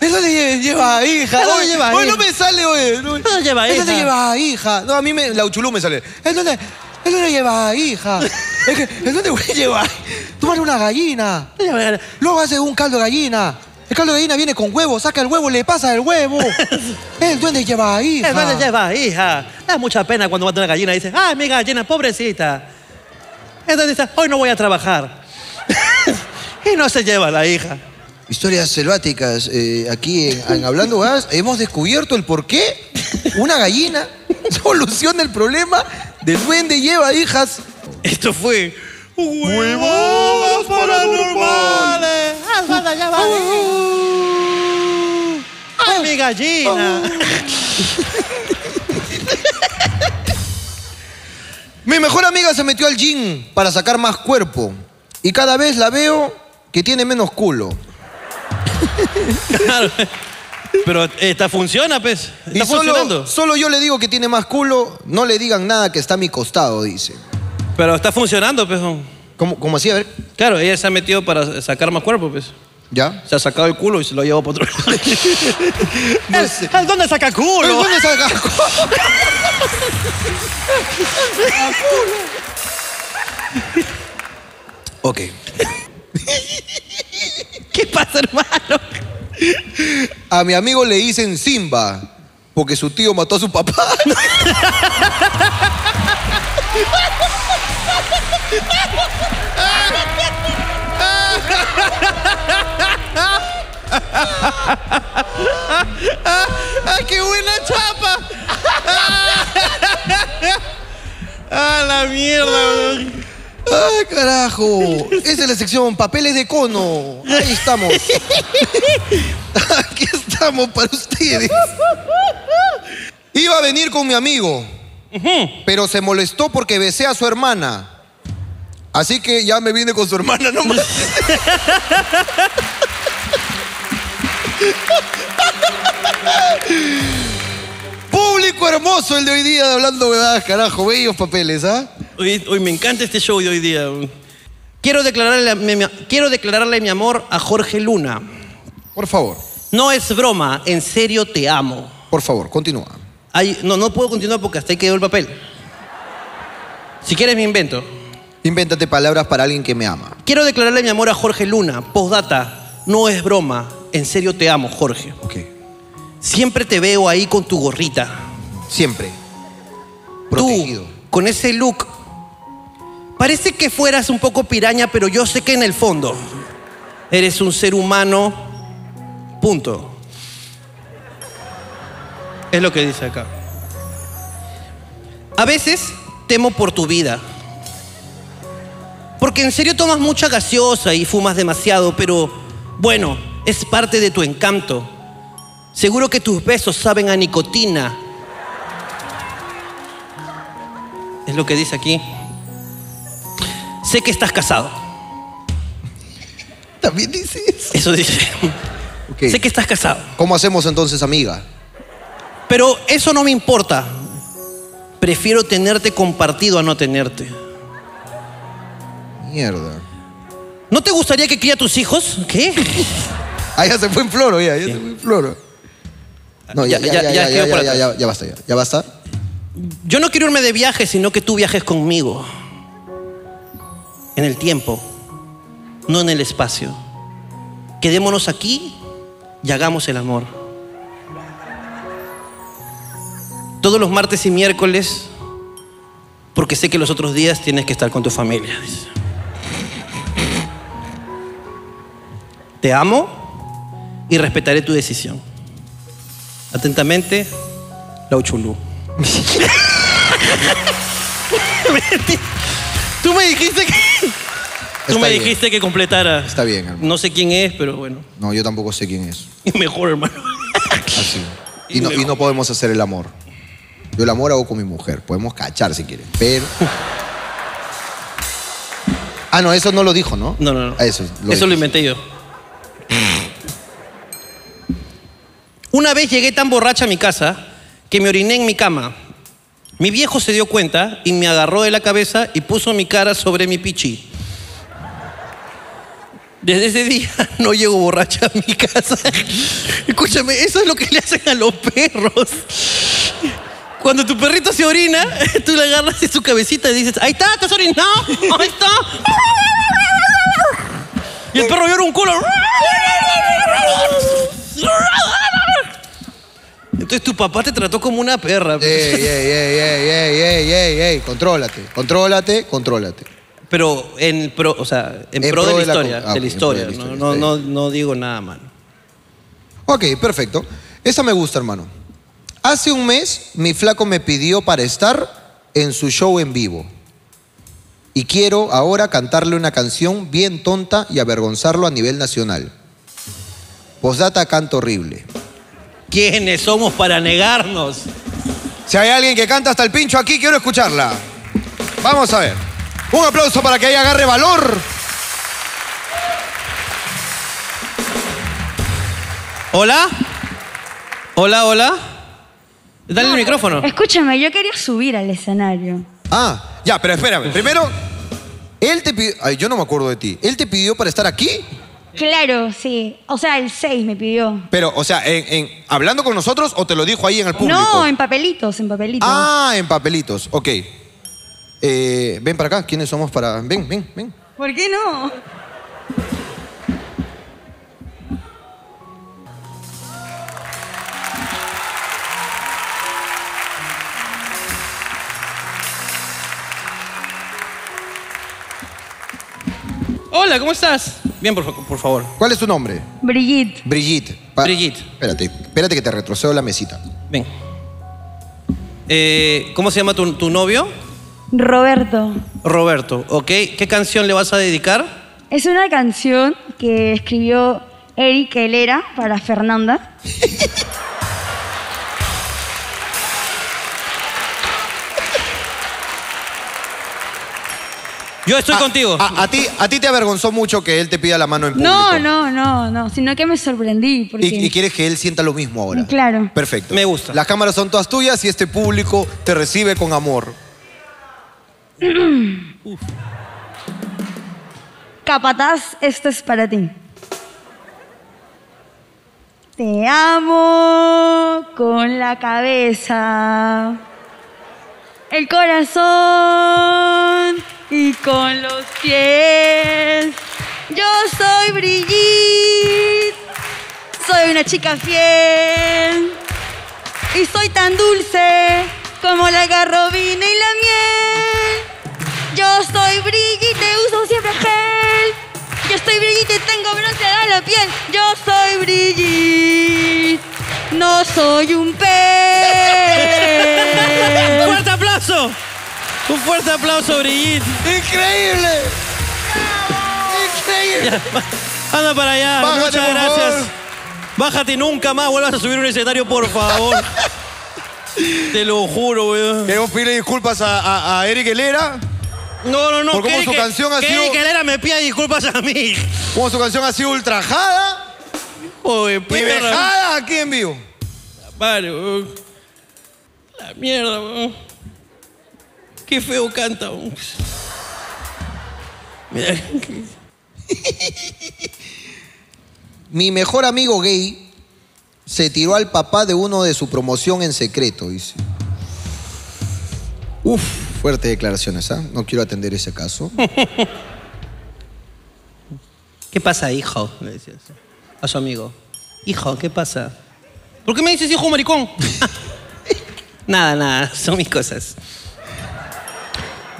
[SPEAKER 5] Eso te lleva hija.
[SPEAKER 1] Eso te
[SPEAKER 5] oye.
[SPEAKER 1] lleva
[SPEAKER 5] Oye,
[SPEAKER 1] hija.
[SPEAKER 5] no me sale, oye. No,
[SPEAKER 1] Eso te lleva
[SPEAKER 5] Eso te
[SPEAKER 1] hija.
[SPEAKER 5] lleva hija. No, a mí me. La uchulú me sale. Eso te, eso te lleva
[SPEAKER 1] (laughs)
[SPEAKER 5] hija. es que, eso te voy a llevar. Tú matas una gallina. Luego haces un caldo de gallina. El caldo de gallina viene con huevo. Saca el huevo, le pasa el huevo. el duende lleva hija.
[SPEAKER 1] El duende lleva hija. Da mucha pena cuando mata una gallina. Dice, ay, mi gallina, pobrecita. Entonces dice, hoy no voy a trabajar. (laughs) Y no se lleva la hija.
[SPEAKER 2] Historias selváticas. eh, aquí en, en Hablando Gas hemos descubierto el por qué una gallina (laughs) soluciona el problema del duende lleva hijas.
[SPEAKER 1] Esto fue... ¡Huevos paranormales! El duende lleva hija. ¡Ay, mi gallina!
[SPEAKER 2] Mi mejor amiga se metió al gym para sacar más cuerpo y cada vez la veo que tiene menos culo.
[SPEAKER 1] Claro. (laughs) Pero esta funciona, pues. Está
[SPEAKER 2] y solo,
[SPEAKER 1] funcionando.
[SPEAKER 2] solo yo le digo que tiene más culo, no le digan nada que está a mi costado, dice.
[SPEAKER 1] Pero está funcionando, pues.
[SPEAKER 2] ¿Cómo, cómo así? A ver,
[SPEAKER 1] Claro, ella se ha metido para sacar más cuerpo, pues.
[SPEAKER 2] ya.
[SPEAKER 1] Se ha sacado el culo y se lo ha llevado para otro (laughs) lado.
[SPEAKER 2] No sé.
[SPEAKER 1] ¿Dónde saca
[SPEAKER 2] Pero
[SPEAKER 1] culo?
[SPEAKER 2] ¿dónde saca culo? Ok.
[SPEAKER 1] (laughs) ¿Qué pasa, hermano?
[SPEAKER 2] A mi amigo le dicen Simba porque su tío mató a su papá.
[SPEAKER 1] ¡Ah, qué buena chapa! ¡Ah, la mierda, weón!
[SPEAKER 2] ¡Ay, carajo! Esa es la sección Papeles de Cono. Ahí estamos. Aquí estamos para ustedes. Iba a venir con mi amigo, pero se molestó porque besé a su hermana. Así que ya me vine con su hermana nomás. Público hermoso el de hoy día de Hablando Huevadas, carajo. Bellos papeles, ¿ah?
[SPEAKER 1] Hoy, hoy me encanta este show de hoy día. weón. Quiero declararle, a mi- mi- quiero declararle mi amor a Jorge Luna.
[SPEAKER 2] Por favor.
[SPEAKER 1] No es broma, en serio te amo.
[SPEAKER 2] Por favor, continúa.
[SPEAKER 1] Ay, no, no puedo continuar porque hasta ahí quedó el papel. Si quieres, me invento.
[SPEAKER 2] Invéntate palabras para alguien que me ama.
[SPEAKER 1] Quiero declararle mi amor a Jorge Luna. Postdata, no es broma. En serio te amo, Jorge.
[SPEAKER 2] Ok.
[SPEAKER 1] Siempre te veo ahí con tu gorrita.
[SPEAKER 2] Siempre. Protegido.
[SPEAKER 1] Tú, con ese look. Parece que fueras un poco piraña, pero yo sé que en el fondo eres un ser humano. Punto. Es lo que dice acá. A veces temo por tu vida. Porque en serio tomas mucha gaseosa y fumas demasiado, pero bueno, es parte de tu encanto. Seguro que tus besos saben a nicotina. Es lo que dice aquí. Sé que estás casado.
[SPEAKER 2] También dices.
[SPEAKER 1] Eso dice. Sé que estás casado.
[SPEAKER 2] ¿Cómo hacemos entonces, amiga?
[SPEAKER 1] Pero eso no me importa. Prefiero tenerte compartido a no tenerte.
[SPEAKER 2] Mierda.
[SPEAKER 1] ¿No te gustaría que cría tus hijos? ¿Qué?
[SPEAKER 2] Ah, ya se fue en floro, ya, ya se fue en floro. No, ya,
[SPEAKER 1] Ya,
[SPEAKER 2] ya,
[SPEAKER 1] ya,
[SPEAKER 2] ya,
[SPEAKER 1] ya,
[SPEAKER 2] ya,
[SPEAKER 1] escribo
[SPEAKER 2] ya,
[SPEAKER 1] por
[SPEAKER 2] ya,
[SPEAKER 1] atrás.
[SPEAKER 2] ya, ya basta, ya, ya basta.
[SPEAKER 1] (laughs) Yo no quiero irme de viaje, sino que tú viajes conmigo. En el tiempo, no en el espacio. Quedémonos aquí y hagamos el amor. Todos los martes y miércoles porque sé que los otros días tienes que estar con tu familia. dice. Te amo y respetaré tu decisión. Atentamente,
[SPEAKER 2] (laughs)
[SPEAKER 1] Lauchulú. Tú me dijiste que... Tú
[SPEAKER 2] Está
[SPEAKER 1] me
[SPEAKER 2] bien.
[SPEAKER 1] dijiste que completara.
[SPEAKER 2] Está bien, hermano.
[SPEAKER 1] No sé quién es, pero bueno. (laughs)
[SPEAKER 2] No, yo tampoco sé quién es.
[SPEAKER 1] Mejor, hermano.
[SPEAKER 2] Así. Y no, y no podemos hacer el amor. Yo el amor hago con mi mujer. Podemos cachar si quieren,
[SPEAKER 1] (laughs)
[SPEAKER 2] pero... Ah, no, eso no lo dijo, ¿no?
[SPEAKER 1] No, no, no.
[SPEAKER 2] Ah, Eso lo,
[SPEAKER 1] Eso lo
[SPEAKER 2] dijiste.
[SPEAKER 1] inventé yo. Una vez llegué tan borracha a mi casa que me oriné en mi cama. Mi viejo se dio cuenta y me agarró de la cabeza y puso mi cara sobre mi pichi. Desde ese día (laughs) no llego borracha a mi casa. (laughs) Escúchame, eso es lo que le hacen a los perros. Cuando tu perrito se orina, (laughs) tú le agarras en su cabecita y dices, ahí está, te has orinado, (laughs) ahí está. Y el perro llora un culo. Entonces tu papá te trató como una perra.
[SPEAKER 2] Ey, ey, ey, ey, ey, ey, ey, ey, contrólate, contrólate, contrólate.
[SPEAKER 1] (laughs) Pero en pro, o sea, en,
[SPEAKER 2] En
[SPEAKER 1] pro, de la
[SPEAKER 2] pro de la
[SPEAKER 1] historia,
[SPEAKER 2] co- ah,
[SPEAKER 1] de la
[SPEAKER 2] ok, en pro de
[SPEAKER 1] historia.
[SPEAKER 2] la
[SPEAKER 1] No,
[SPEAKER 2] historia,
[SPEAKER 1] no,
[SPEAKER 2] está
[SPEAKER 1] no, no digo nada malo.
[SPEAKER 2] Ok, perfecto. Esa me gusta, hermano. Hace un mes, mi flaco me pidió para estar en su show en vivo. Y quiero ahora cantarle una canción bien tonta y avergonzarlo a nivel nacional. Postdata canta horrible.
[SPEAKER 1] ¿Quiénes somos para negarnos?
[SPEAKER 2] Si hay alguien que canta hasta el pincho aquí, quiero escucharla. Vamos a ver. Un aplauso para que ella agarre valor.
[SPEAKER 1] ¿Hola? ¿Hola, hola? Dale el micrófono.
[SPEAKER 7] Escúchame, yo quería subir al escenario.
[SPEAKER 2] Ah, ya, pero espérame. Primero, él te pidió. Ay, yo no me acuerdo de ti. ¿Él te pidió para estar aquí?
[SPEAKER 7] Claro, sí. O sea, el 6 me pidió.
[SPEAKER 2] Pero, o sea, en, en- ¿hablando con nosotros o te lo dijo ahí en el público?
[SPEAKER 7] No, en papelitos, en papelitos.
[SPEAKER 2] Ah, en papelitos. Ok. Eh, ven para acá. ¿Quiénes somos para.? Ven, ven, ven.
[SPEAKER 7] ¿Por qué no?
[SPEAKER 1] Hola, ¿cómo estás? Bien, por, fa- por favor.
[SPEAKER 2] ¿Cuál es tu nombre?
[SPEAKER 7] Brigitte.
[SPEAKER 2] Brigitte.
[SPEAKER 1] Brigitte.
[SPEAKER 2] Espérate, espérate que te retrocedo la mesita.
[SPEAKER 1] Ven. Eh, ¿Cómo se llama tu, tu novio?
[SPEAKER 7] Roberto.
[SPEAKER 1] Roberto, ¿ok? ¿Qué canción le vas a dedicar?
[SPEAKER 7] Es una canción que escribió Eric Helera para Fernanda.
[SPEAKER 1] Yo estoy
[SPEAKER 2] Ah,
[SPEAKER 1] contigo.
[SPEAKER 2] A, a ti, a ti te avergonzó mucho que él te pida la mano en público.
[SPEAKER 7] No, no, no, no. Sino que me sorprendí porque.
[SPEAKER 2] Y, y quieres que él sienta lo mismo ahora.
[SPEAKER 7] Claro.
[SPEAKER 2] Perfecto.
[SPEAKER 1] Me gusta.
[SPEAKER 2] Las cámaras son todas tuyas y este público te recibe con amor.
[SPEAKER 7] Capataz, esto es para ti. Te amo con la cabeza, el corazón y con los pies. Yo soy Brigitte, soy una chica fiel y soy tan dulce como la garrobina y la miel. Yo soy Brigitte, uso siempre gel. Yo soy Brigitte, tengo bronceada la piel. Yo soy Brigitte, no soy
[SPEAKER 1] (laughs)
[SPEAKER 7] un
[SPEAKER 1] ¡Un
[SPEAKER 7] pez.
[SPEAKER 1] fuerte aplauso! ¡Un fuerte aplauso, Brigitte!
[SPEAKER 2] ¡Increíble! ¡Increíble!
[SPEAKER 1] Anda para allá.
[SPEAKER 2] Bájate,
[SPEAKER 1] Muchas
[SPEAKER 2] por
[SPEAKER 1] gracias.
[SPEAKER 2] favor.
[SPEAKER 1] Bájate y nunca más vuelvas a subir un escenario, por
[SPEAKER 2] (laughs)
[SPEAKER 1] favor. Te lo juro, weón.
[SPEAKER 2] Queremos pedirle Eh, disculpas a, a- a Eric Helera,
[SPEAKER 1] No, no, no.
[SPEAKER 2] Por cómo
[SPEAKER 1] ¿qué
[SPEAKER 2] su
[SPEAKER 1] que-
[SPEAKER 2] canción ha
[SPEAKER 1] qué
[SPEAKER 2] sido-
[SPEAKER 1] que era me pida disculpas a mí.
[SPEAKER 2] como su canción ha sido ultrajada
[SPEAKER 1] Oye,
[SPEAKER 2] y
[SPEAKER 1] puta,
[SPEAKER 2] vejada aquí en vivo.
[SPEAKER 1] Vale, weón. La mierda, weón. Qué feo canta, weón. Mira.
[SPEAKER 2] Mi mejor amigo gay se tiró al papá de uno de su promoción en secreto, dice. Uf, fuertes declaraciones, ¿ah? No quiero atender ese caso.
[SPEAKER 1] ¿Qué pasa, hijo? Le decías a su amigo. Hijo, ¿qué pasa? ¿Por qué me dices (laughs) hijo maricón? nada, nada, son mis cosas.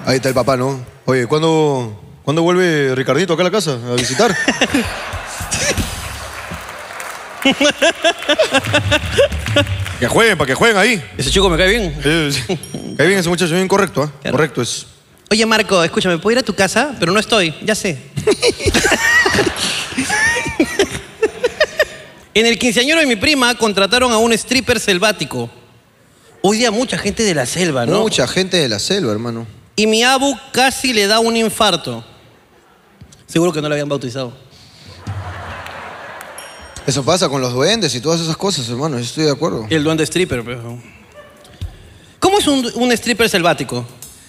[SPEAKER 2] Ahí está el papá, ¿no? Oye, ¿cuándo, ¿cuándo vuelve Ricardito acá a la casa a visitar?
[SPEAKER 8] (laughs) Que jueguen, para que jueguen ahí.
[SPEAKER 1] Ese chico me cae bien.
[SPEAKER 2] Eh,
[SPEAKER 8] Sí, sí. Ahí viene ese muchacho, bien correcto, ¿ah?
[SPEAKER 1] Claro.
[SPEAKER 8] Correcto es.
[SPEAKER 1] Oye, Marco, escúchame, ¿puedo ir a tu casa? Pero no estoy, ya (laughs) sé. en el quinceañero de mi prima contrataron a un stripper selvático. Hoy día mucha gente de la selva, ¿no?
[SPEAKER 2] Mucha gente de la selva, hermano.
[SPEAKER 1] Y mi abu casi le da un infarto. Seguro que no lo habían bautizado.
[SPEAKER 2] Eso pasa con los duendes y todas esas cosas, hermano. Yo estoy de acuerdo.
[SPEAKER 1] El duende stripper, pero... ¿Cómo es un, un stripper selvático?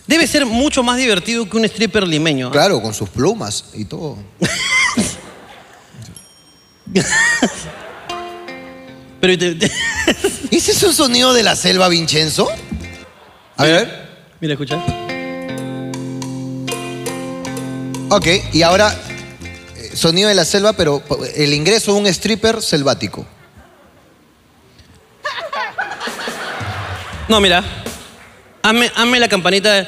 [SPEAKER 1] Debe ser mucho más divertido que un stripper limeño. ¿ah?
[SPEAKER 2] Claro, con sus plumas y todo.
[SPEAKER 1] Pero te- (laughs) te-
[SPEAKER 2] ¿Ese es un sonido de la selva, Vincenzo? A ver, a ver.
[SPEAKER 1] Mira, escucha.
[SPEAKER 2] Ok, y ahora, eh, sonido de la selva, pero po- el ingreso de un stripper selvático.
[SPEAKER 1] No, mira. Hazme, hazme la campanita de...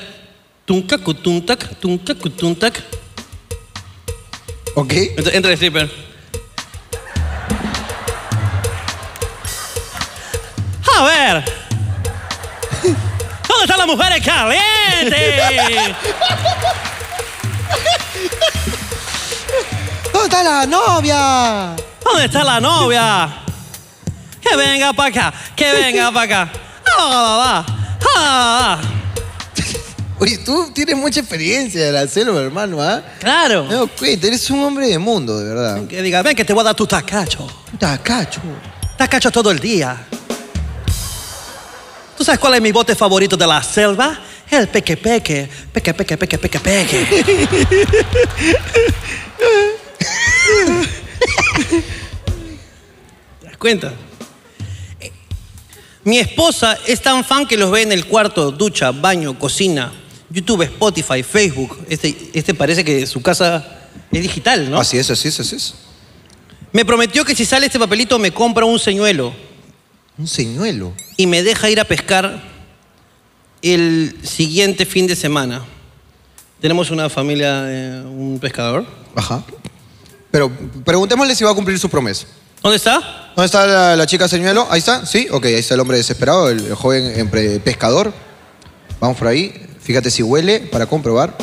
[SPEAKER 1] Tuncacu, tuntac, tuncacu, tuntac.
[SPEAKER 2] ¿Ok?
[SPEAKER 1] Entra, entra el stripper. A ver. (laughs) ¿Dónde están las mujeres calientes?
[SPEAKER 5] ¿Dónde está la novia?
[SPEAKER 1] ¿Dónde está la novia? Que venga para acá, que venga para acá. Ah, va, va, ah, va.
[SPEAKER 2] Oye, tú tienes mucha experiencia de la selva, hermano, ¿ah?
[SPEAKER 1] Claro.
[SPEAKER 2] Me doy cuenta, eres un hombre de mundo, de verdad.
[SPEAKER 1] Que diga, ven que te voy a dar tu tacacho.
[SPEAKER 2] Puta, cacho.
[SPEAKER 1] Tacacho todo el día. ¿Tú sabes cuál es mi bote favorito de la selva? El peque peque. Peque peque peque peque peque. ¿Te das cuenta? Eh, Mi esposa es tan fan que los ve en el cuarto, ducha, baño, cocina, YouTube, Spotify, Facebook. Este, este parece que su casa es digital, ¿no?
[SPEAKER 2] Así es, así es, así es.
[SPEAKER 1] Me prometió que si sale este papelito me compra un señuelo
[SPEAKER 2] Un señuelo.
[SPEAKER 1] y me deja ir a pescar el siguiente fin de semana. Tenemos una familia, eh, un pescador.
[SPEAKER 2] Ajá. Pero preguntémosle si va a cumplir su promesa.
[SPEAKER 1] ¿Dónde está?
[SPEAKER 2] ¿Dónde está la, la chica señuelo? Ahí está, sí, ok, ahí está el hombre desesperado, el, el joven empre- pescador. Vamos por ahí, fíjate si huele para comprobar.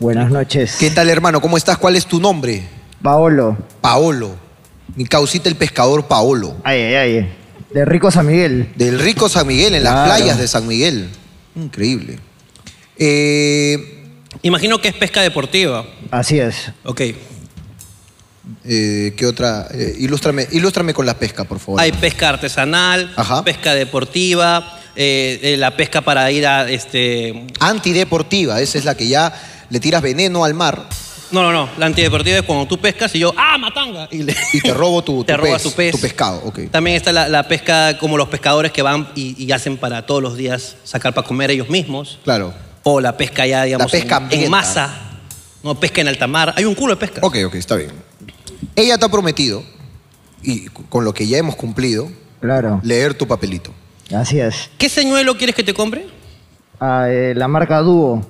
[SPEAKER 9] Buenas noches.
[SPEAKER 2] ¿Qué tal, hermano? ¿Cómo estás? ¿Cuál es tu nombre?
[SPEAKER 9] Paolo.
[SPEAKER 2] Paolo. Mi causita el pescador Paolo.
[SPEAKER 9] Ay, ay, ay. De Rico San Miguel.
[SPEAKER 2] Del rico San Miguel, en las
[SPEAKER 9] Claro.
[SPEAKER 2] playas de San Miguel. Increíble. Eh,
[SPEAKER 1] Imagino que es pesca deportiva.
[SPEAKER 9] Así es.
[SPEAKER 1] Ok.
[SPEAKER 2] eh, ¿Qué otra? Eh, ilústrame, ilústrame con la pesca, por favor.
[SPEAKER 1] Hay pesca artesanal,
[SPEAKER 2] Ajá.
[SPEAKER 1] pesca deportiva, eh, eh, la pesca para ir a este.
[SPEAKER 2] Antideportiva, esa es la que ya le tiras veneno al mar
[SPEAKER 1] No, no, no. La antideportiva es cuando tú pescas y yo, ¡ah, matanga! Y, le- (laughs)
[SPEAKER 2] y te robo tu, tu
[SPEAKER 1] te robas
[SPEAKER 2] pez,
[SPEAKER 1] tu pez.
[SPEAKER 2] tu pescado. ok.
[SPEAKER 1] También está la, la pesca como los pescadores que van y, y hacen para todos los días sacar para comer ellos mismos.
[SPEAKER 2] Claro.
[SPEAKER 1] O la pesca ya, digamos,
[SPEAKER 2] pesca
[SPEAKER 1] en- en,
[SPEAKER 2] hambrienta.
[SPEAKER 1] masa. No, pesca en alta mar. Hay un culo de pesca.
[SPEAKER 2] Ok, ok, está bien. Ella te ha prometido, y cu- con lo que ya hemos cumplido,
[SPEAKER 9] Claro.
[SPEAKER 2] leer tu papelito.
[SPEAKER 9] Así es.
[SPEAKER 1] ¿Qué señuelo quieres que te compre?
[SPEAKER 9] Ah, eh, la marca Dúo.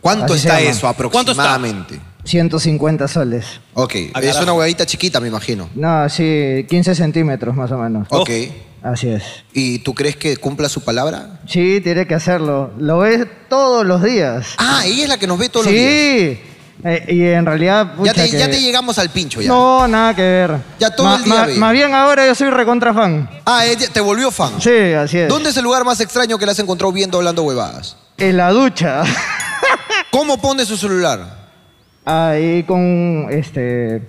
[SPEAKER 2] ¿Cuánto
[SPEAKER 9] Así se
[SPEAKER 2] está
[SPEAKER 9] llama.
[SPEAKER 2] eso
[SPEAKER 1] ¿Cuánto está?
[SPEAKER 2] aproximadamente?
[SPEAKER 9] 150 soles.
[SPEAKER 2] Ok, es
[SPEAKER 1] carajo.
[SPEAKER 2] una huevita chiquita, me imagino.
[SPEAKER 9] No, sí, 15 centímetros más o menos.
[SPEAKER 1] Oh.
[SPEAKER 2] Ok.
[SPEAKER 9] Así es.
[SPEAKER 2] ¿Y tú crees que cumpla su palabra?
[SPEAKER 9] Sí, tiene que hacerlo. Lo ves todos los días.
[SPEAKER 2] Ah, ella es la que nos ve todos
[SPEAKER 9] sí.
[SPEAKER 2] los días.
[SPEAKER 9] Eh, y en realidad.
[SPEAKER 2] Ya
[SPEAKER 9] pucha,
[SPEAKER 2] te, ya
[SPEAKER 9] que-
[SPEAKER 2] te llegamos al pincho ya.
[SPEAKER 9] No, nada que ver.
[SPEAKER 2] Ya todo el día ve.
[SPEAKER 9] Más bien ahora yo soy recontra fan.
[SPEAKER 2] Ah, ella te volvió fan.
[SPEAKER 9] Sí, así es.
[SPEAKER 2] ¿Dónde es el lugar más extraño que la has encontrado viendo hablando huevadas?
[SPEAKER 9] En la ducha. (laughs)
[SPEAKER 2] ¿Cómo pone su celular?
[SPEAKER 9] ahí con este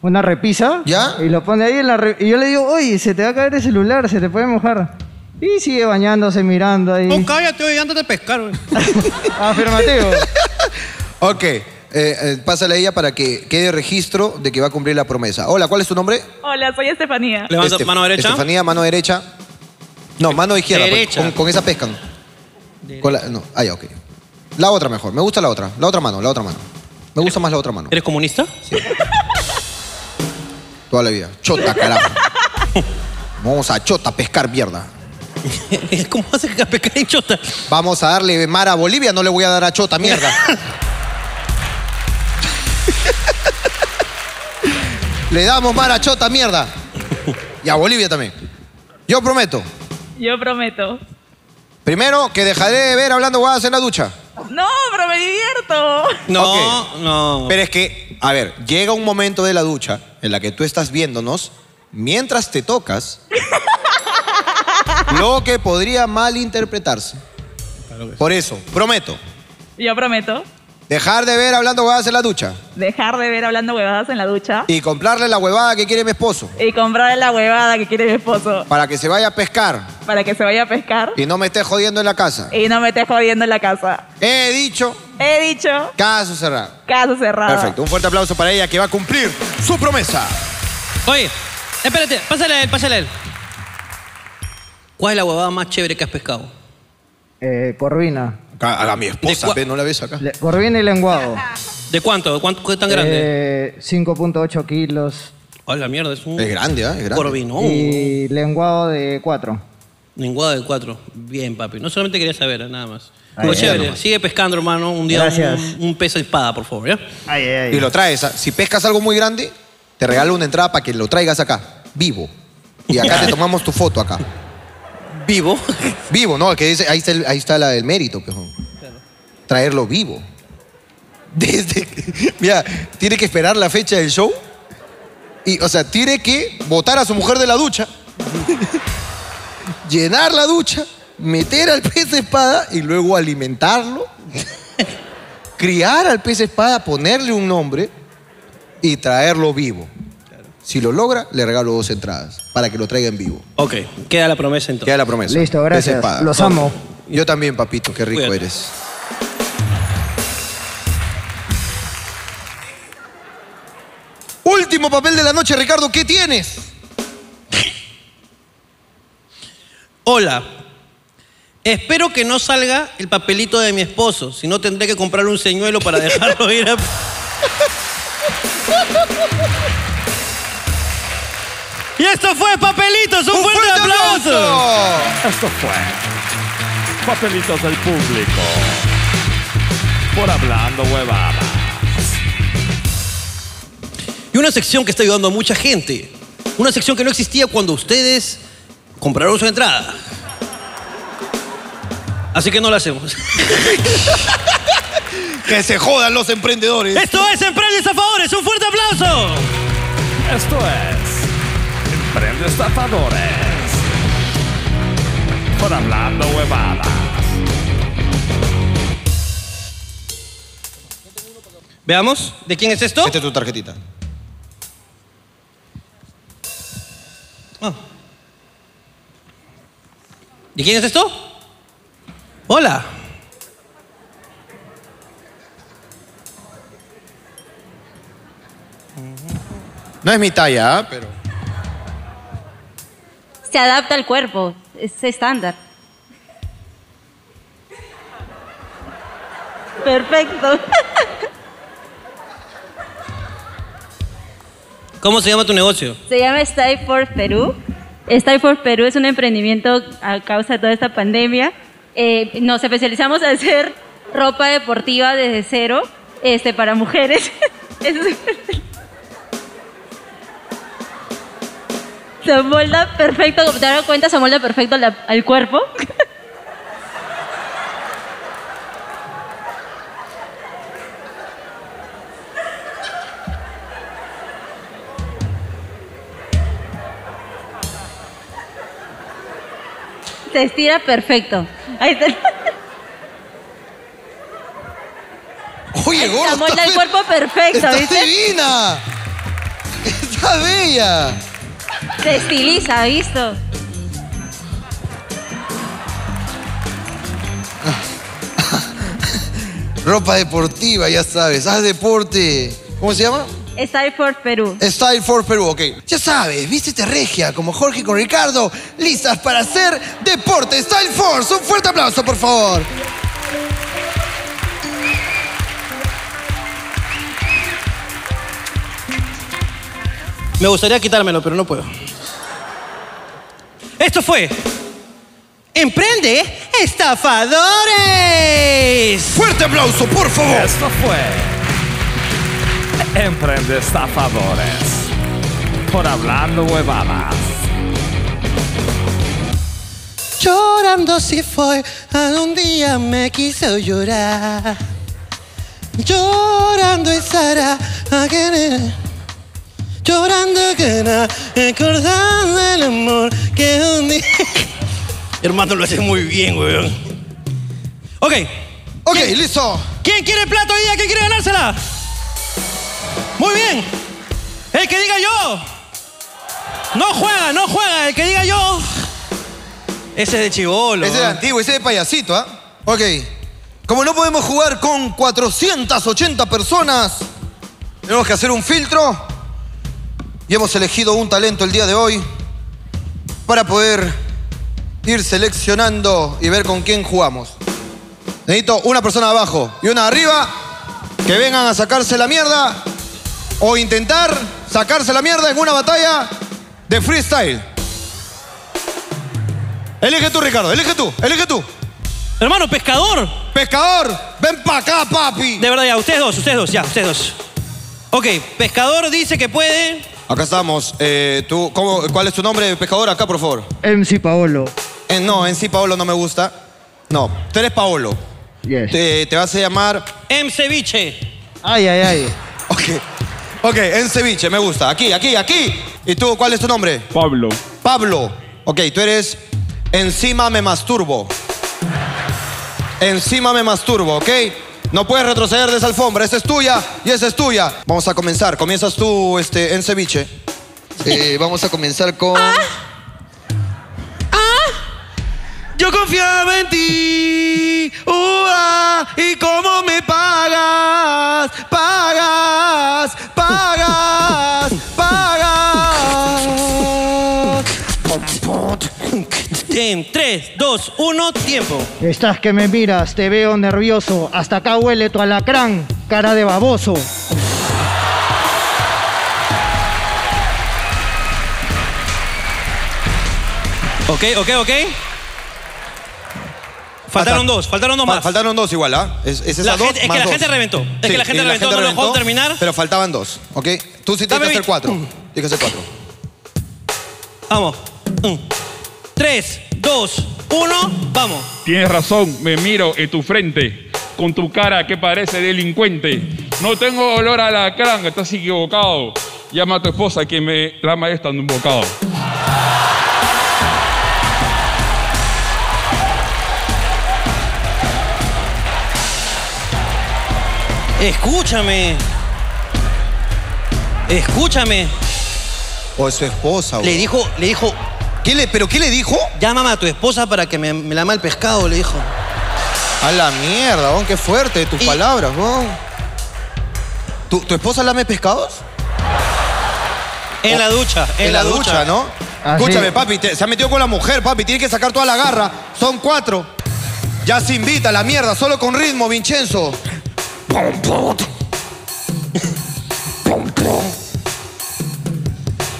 [SPEAKER 9] una repisa.
[SPEAKER 2] ¿Ya?
[SPEAKER 9] Y lo pone ahí en la re- Y yo le digo, oye, se te va a caer el celular, se te puede mojar. Y sigue bañándose, mirando
[SPEAKER 2] Mm.
[SPEAKER 9] ahí.
[SPEAKER 1] No, cállate, oye, ándate a pescar. oye.
[SPEAKER 9] (laughs) Afirmativo.
[SPEAKER 2] Ok. eh, eh, pásale a ella para que quede registro de que va a cumplir la promesa. Hola, ¿cuál es tu nombre?
[SPEAKER 10] Hola, soy Estefanía.
[SPEAKER 1] (laughs) Levanta
[SPEAKER 2] Estef-
[SPEAKER 1] mano derecha.
[SPEAKER 2] Este, Estefanía, mano derecha. No, mano izquierda. porque
[SPEAKER 1] Derecha.
[SPEAKER 2] Con, con esa pescan. Con la, no, ah, ya, ok. La otra mejor. Me gusta la otra. La otra mano, la otra mano. Me gusta más la otra mano.
[SPEAKER 1] ¿Eres
[SPEAKER 2] (laughs)
[SPEAKER 1] comunista? (laughs)
[SPEAKER 2] Toda la vida. Chota, carajo. Vamos a chota a pescar mierda.
[SPEAKER 1] ¿Cómo hace que pescar en chota?
[SPEAKER 2] Vamos a darle mar a Bolivia, no le voy a dar a
[SPEAKER 1] (laughs)
[SPEAKER 2] Chota, mierda. le damos mar a Chota, mierda. Y a Bolivia también. Yo prometo.
[SPEAKER 10] Yo prometo.
[SPEAKER 2] Primero, que dejaré de ver hablando guadas en la ducha.
[SPEAKER 10] No, pero me divierto.
[SPEAKER 1] No,
[SPEAKER 2] Ok.
[SPEAKER 1] no.
[SPEAKER 2] Pero es que, a ver, llega un momento de la ducha en la que tú estás viéndonos mientras te tocas, lo que podría malinterpretarse. Por eso, prometo,
[SPEAKER 10] Yo prometo
[SPEAKER 2] dejar de ver hablando huevadas en la ducha
[SPEAKER 10] dejar de ver hablando huevadas en la ducha
[SPEAKER 2] y comprarle la huevada que quiere mi esposo
[SPEAKER 10] y comprarle la huevada que quiere mi esposo
[SPEAKER 2] para que se vaya a pescar
[SPEAKER 10] para que se vaya a pescar
[SPEAKER 2] y no me esté jodiendo en la casa.
[SPEAKER 10] y no me esté jodiendo en la casa.
[SPEAKER 2] He dicho,
[SPEAKER 10] He dicho,
[SPEAKER 2] caso cerrado.
[SPEAKER 10] caso cerrado.
[SPEAKER 2] Perfecto, un fuerte aplauso para ella que va a cumplir su promesa.
[SPEAKER 1] Oye, espérate, pásale a él, pásale a él. ¿Cuál es la huevada más chévere que has pescado?
[SPEAKER 9] Eh, Corvina.
[SPEAKER 2] Acá, A, mi
[SPEAKER 1] De
[SPEAKER 2] esposa,
[SPEAKER 1] cua-
[SPEAKER 2] ve, no la ves acá.
[SPEAKER 9] Le- Corvina y lenguado.
[SPEAKER 2] Ah,
[SPEAKER 1] ¿De cuánto? ¿De cuánto es tan grande?
[SPEAKER 9] Eh, 5.8 kilos.
[SPEAKER 1] Ay, la mierda, es un.
[SPEAKER 2] Es grande, ¿ah? Es grande.
[SPEAKER 1] Corvinón.
[SPEAKER 9] Y lenguado de 4.
[SPEAKER 1] Lenguado de cuatro. Bien, papi. No solamente quería saber, ¿eh? nada más.
[SPEAKER 9] Ahí,
[SPEAKER 1] Muy
[SPEAKER 9] ahí
[SPEAKER 1] chévere.
[SPEAKER 9] nomás.
[SPEAKER 1] Sigue pescando, hermano. Un día
[SPEAKER 9] Gracias.
[SPEAKER 1] un, un peso de espada, por favor, ¿ya?
[SPEAKER 9] Ay, ay, ay.
[SPEAKER 2] Y lo traes. ah, Si pescas algo muy grande, te regalo una entrada para que lo traigas acá, vivo. Y acá te tomamos tu foto acá.
[SPEAKER 1] Vivo.
[SPEAKER 2] Vivo, ¿no? Que dice, ahí está, el, ahí está la del mérito, pejón. Traerlo vivo. (laughs) Desde, mira, tiene que esperar la fecha del show. Y, o sea, tiene que botar a su mujer de la ducha, (laughs) llenar la ducha, meter al pez de espada y luego alimentarlo, (laughs) criar al pez de espada, ponerle un nombre y traerlo vivo. Si lo logra, le regalo dos entradas para que lo traiga en vivo.
[SPEAKER 1] (laughs) ok, queda la promesa entonces.
[SPEAKER 2] Queda la promesa.
[SPEAKER 9] Listo, gracias.
[SPEAKER 2] Pez espada.
[SPEAKER 9] Los amo.
[SPEAKER 2] Yo también, papito, qué rico
[SPEAKER 1] Cuídate.
[SPEAKER 2] eres. Último papel de la noche, Ricardo, ¿qué tienes?
[SPEAKER 1] Hola. Espero que no salga el papelito de mi esposo, si no tendré que comprar un señuelo para dejarlo ir (laughs) a. Y esto fue papelitos, un, fuerte, aplauso.
[SPEAKER 6] Esto fue Papelitos del Público. Por hablando huevadas.
[SPEAKER 1] Y una sección que está ayudando a mucha gente. Una sección que no existía cuando ustedes compraron su entrada. Así que no la hacemos.
[SPEAKER 2] (laughs) Que se jodan los emprendedores.
[SPEAKER 1] Esto es Emprendes a Favores. ¡Un fuerte aplauso!
[SPEAKER 6] Esto es Emprende Estafadores. Por hablando huevadas.
[SPEAKER 1] Veamos, ¿de quién es esto?
[SPEAKER 2] Esta es tu tarjetita.
[SPEAKER 1] Ah. ¿De quién es esto? Hola.
[SPEAKER 2] No es mi talla, ¿ah? pero.
[SPEAKER 7] Se adapta al cuerpo. Es estándar. Perfecto.
[SPEAKER 1] ¿Cómo se llama tu negocio?
[SPEAKER 7] Se llama Stay for Perú. Stay for Perú es un emprendimiento a causa de toda esta pandemia. Eh, nos especializamos en hacer ropa deportiva desde cero este, para mujeres. (laughs) Eso es- Se molda perfecto, como te das cuenta, se molda perfecto la- al cuerpo. Se estira perfecto. Ahí está.
[SPEAKER 2] Oye, gordo.
[SPEAKER 7] Se molda
[SPEAKER 2] estás-
[SPEAKER 7] el cuerpo perfecto,
[SPEAKER 2] estás
[SPEAKER 7] ¿viste?
[SPEAKER 2] divina. Está bella.
[SPEAKER 7] Se estiliza, ¿visto?
[SPEAKER 2] Ropa deportiva, ya sabes. Haz deporte. ¿Cómo se llama?
[SPEAKER 7] Style for Perú.
[SPEAKER 2] Style for Perú, ok. Ya sabes, vístete regia, como Jorge con Ricardo, listas para hacer deporte. Style Force, un fuerte aplauso, por favor.
[SPEAKER 1] Me gustaría quitármelo, pero no puedo. Esto fue Emprende estafadores.
[SPEAKER 11] Fuerte aplauso, por favor.
[SPEAKER 6] Esto fue Emprende Estafadores por hablando huevadas.
[SPEAKER 1] Llorando si fue, algún día me quiso llorar. Llorando estará, a querer. llorando querrá, recordando el amor que un día. Hermano, lo haces muy bien, weón. Ok.
[SPEAKER 2] Ok,
[SPEAKER 1] ¿Quién-
[SPEAKER 2] listo.
[SPEAKER 1] ¿Quién quiere el plato hoy día? ¿Quién quiere ganársela? Muy bien. El que diga yo. No juega, no juega. El que diga yo. Ese es de chivolo. ¿eh?
[SPEAKER 2] Ese es antiguo, ese es de payasito, ¿ah? Ok. Como no podemos jugar con 480 personas, tenemos que hacer un filtro. Y hemos elegido un talento el día de hoy para poder ir seleccionando y ver con quién jugamos. Necesito una persona abajo y una arriba que vengan a sacarse la mierda o intentar sacarse la mierda en una batalla de freestyle. Elige tú, Ricardo, elige tú, elige tú.
[SPEAKER 1] Hermano, pescador.
[SPEAKER 2] Pescador, ven para acá, papi.
[SPEAKER 1] De verdad, ya, ustedes dos, ustedes dos, ya, ustedes dos. Ok, pescador dice que puede.
[SPEAKER 2] Acá estamos. Eh, tú, ¿cómo- ¿Cuál es tu nombre, pescador? Acá, por favor.
[SPEAKER 9] MC Paolo.
[SPEAKER 2] Eh, no, en sí Paolo no me gusta. No, tú eres Paolo.
[SPEAKER 9] Yes.
[SPEAKER 2] Te, te vas a llamar...
[SPEAKER 1] M. Ceviche.
[SPEAKER 9] Ay, ay, ay.
[SPEAKER 2] Ok. Ok, en ceviche, me gusta. Aquí, aquí, aquí. ¿Y tú cuál es tu nombre?
[SPEAKER 6] Pablo.
[SPEAKER 2] Pablo. Ok, tú eres... Encima me masturbo. Encima me masturbo, ¿ok? No puedes retroceder de esa alfombra. Esa es tuya y esa es tuya. Vamos a comenzar. Comienzas tú, este, en ceviche. Eh, vamos a comenzar con...
[SPEAKER 1] Yo confiaba en ti, y cómo me pagas, pagas, pagas, pagas. En 3, 2, 1, tiempo.
[SPEAKER 9] Estás que me miras, te veo nervioso. Hasta acá huele tu alacrán, cara de baboso.
[SPEAKER 1] Ok, ok, ok. Faltaron dos, faltaron dos
[SPEAKER 2] Fa-
[SPEAKER 1] más.
[SPEAKER 2] Faltaron dos igual, ¿ah? Es, es esa
[SPEAKER 1] La
[SPEAKER 2] dos
[SPEAKER 1] gente- es
[SPEAKER 2] más
[SPEAKER 1] que la
[SPEAKER 2] dos.
[SPEAKER 1] gente reventó. Es que la gente
[SPEAKER 2] y
[SPEAKER 1] reventó, no lo dejó terminar.
[SPEAKER 2] Pero faltaban dos, ¿ok? Tú sí
[SPEAKER 1] Dame
[SPEAKER 2] tienes que hacer
[SPEAKER 1] mi- Mm.
[SPEAKER 2] cuatro. Tienes que hacer cuatro.
[SPEAKER 1] Vamos. 3, 2, 1, vamos.
[SPEAKER 12] Tienes razón, me miro en tu frente, con tu cara que parece delincuente. No tengo olor a la cranga, estás equivocado. Llama a tu esposa que me lama esta en un bocado.
[SPEAKER 1] Escúchame. Escúchame.
[SPEAKER 2] O es su esposa,
[SPEAKER 1] Le
[SPEAKER 2] güey.
[SPEAKER 1] dijo, le dijo,
[SPEAKER 2] ¿Qué le- ¿Pero qué le dijo?
[SPEAKER 1] llámame a tu esposa para que me, me lama el pescado, le dijo.
[SPEAKER 2] A la mierda, güey, qué fuerte tus
[SPEAKER 1] Y-
[SPEAKER 2] palabras, güey. ¿Tu, tu esposa lame pescados?
[SPEAKER 1] En la ducha, en,
[SPEAKER 2] la, ducha, ¿no?
[SPEAKER 9] Así.
[SPEAKER 2] Escúchame, papi, te- se ha metido con la mujer, papi. Tienes que sacar toda la garra. Son cuatro. Ya se invita, la mierda, solo con ritmo, Vincenzo.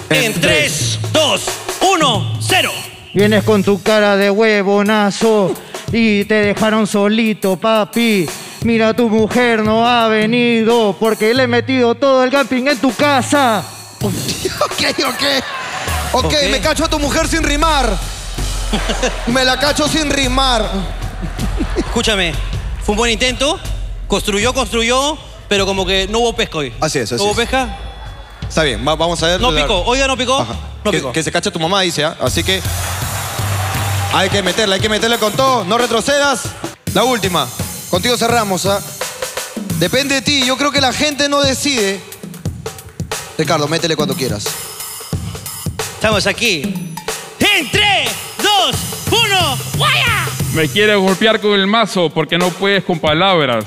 [SPEAKER 1] En 3, 2, 1, 0.
[SPEAKER 9] Vienes con tu cara de huevonazo y te dejaron solito, papi. Mira, tu mujer no ha venido porque le he metido todo el camping en tu casa.
[SPEAKER 2] Ok, ok. Ok,
[SPEAKER 1] Ok.
[SPEAKER 2] me cacho a tu mujer sin rimar. Me la cacho sin rimar.
[SPEAKER 1] Escúchame, fue un buen intento. Construyó, construyó, pero como que no hubo pesca hoy.
[SPEAKER 2] Así es, así
[SPEAKER 1] ¿No hubo
[SPEAKER 2] es.
[SPEAKER 1] pesca?
[SPEAKER 2] Está bien, va- vamos a ver.
[SPEAKER 1] No
[SPEAKER 2] la-
[SPEAKER 1] picó. Oiga, no picó.
[SPEAKER 2] Ajá.
[SPEAKER 1] No
[SPEAKER 2] que,
[SPEAKER 1] picó.
[SPEAKER 2] que se cacha tu mamá, dice, ¿ah? Así que hay que meterla, hay que meterle con todo. No retrocedas. La última. Contigo cerramos, ¿ah? Depende de ti. Yo creo que la gente no decide. Ricardo, métele cuando quieras.
[SPEAKER 1] Estamos aquí. En 3, 2, 1, ¡guaya!
[SPEAKER 12] Me quieres golpear con el mazo porque no puedes con palabras.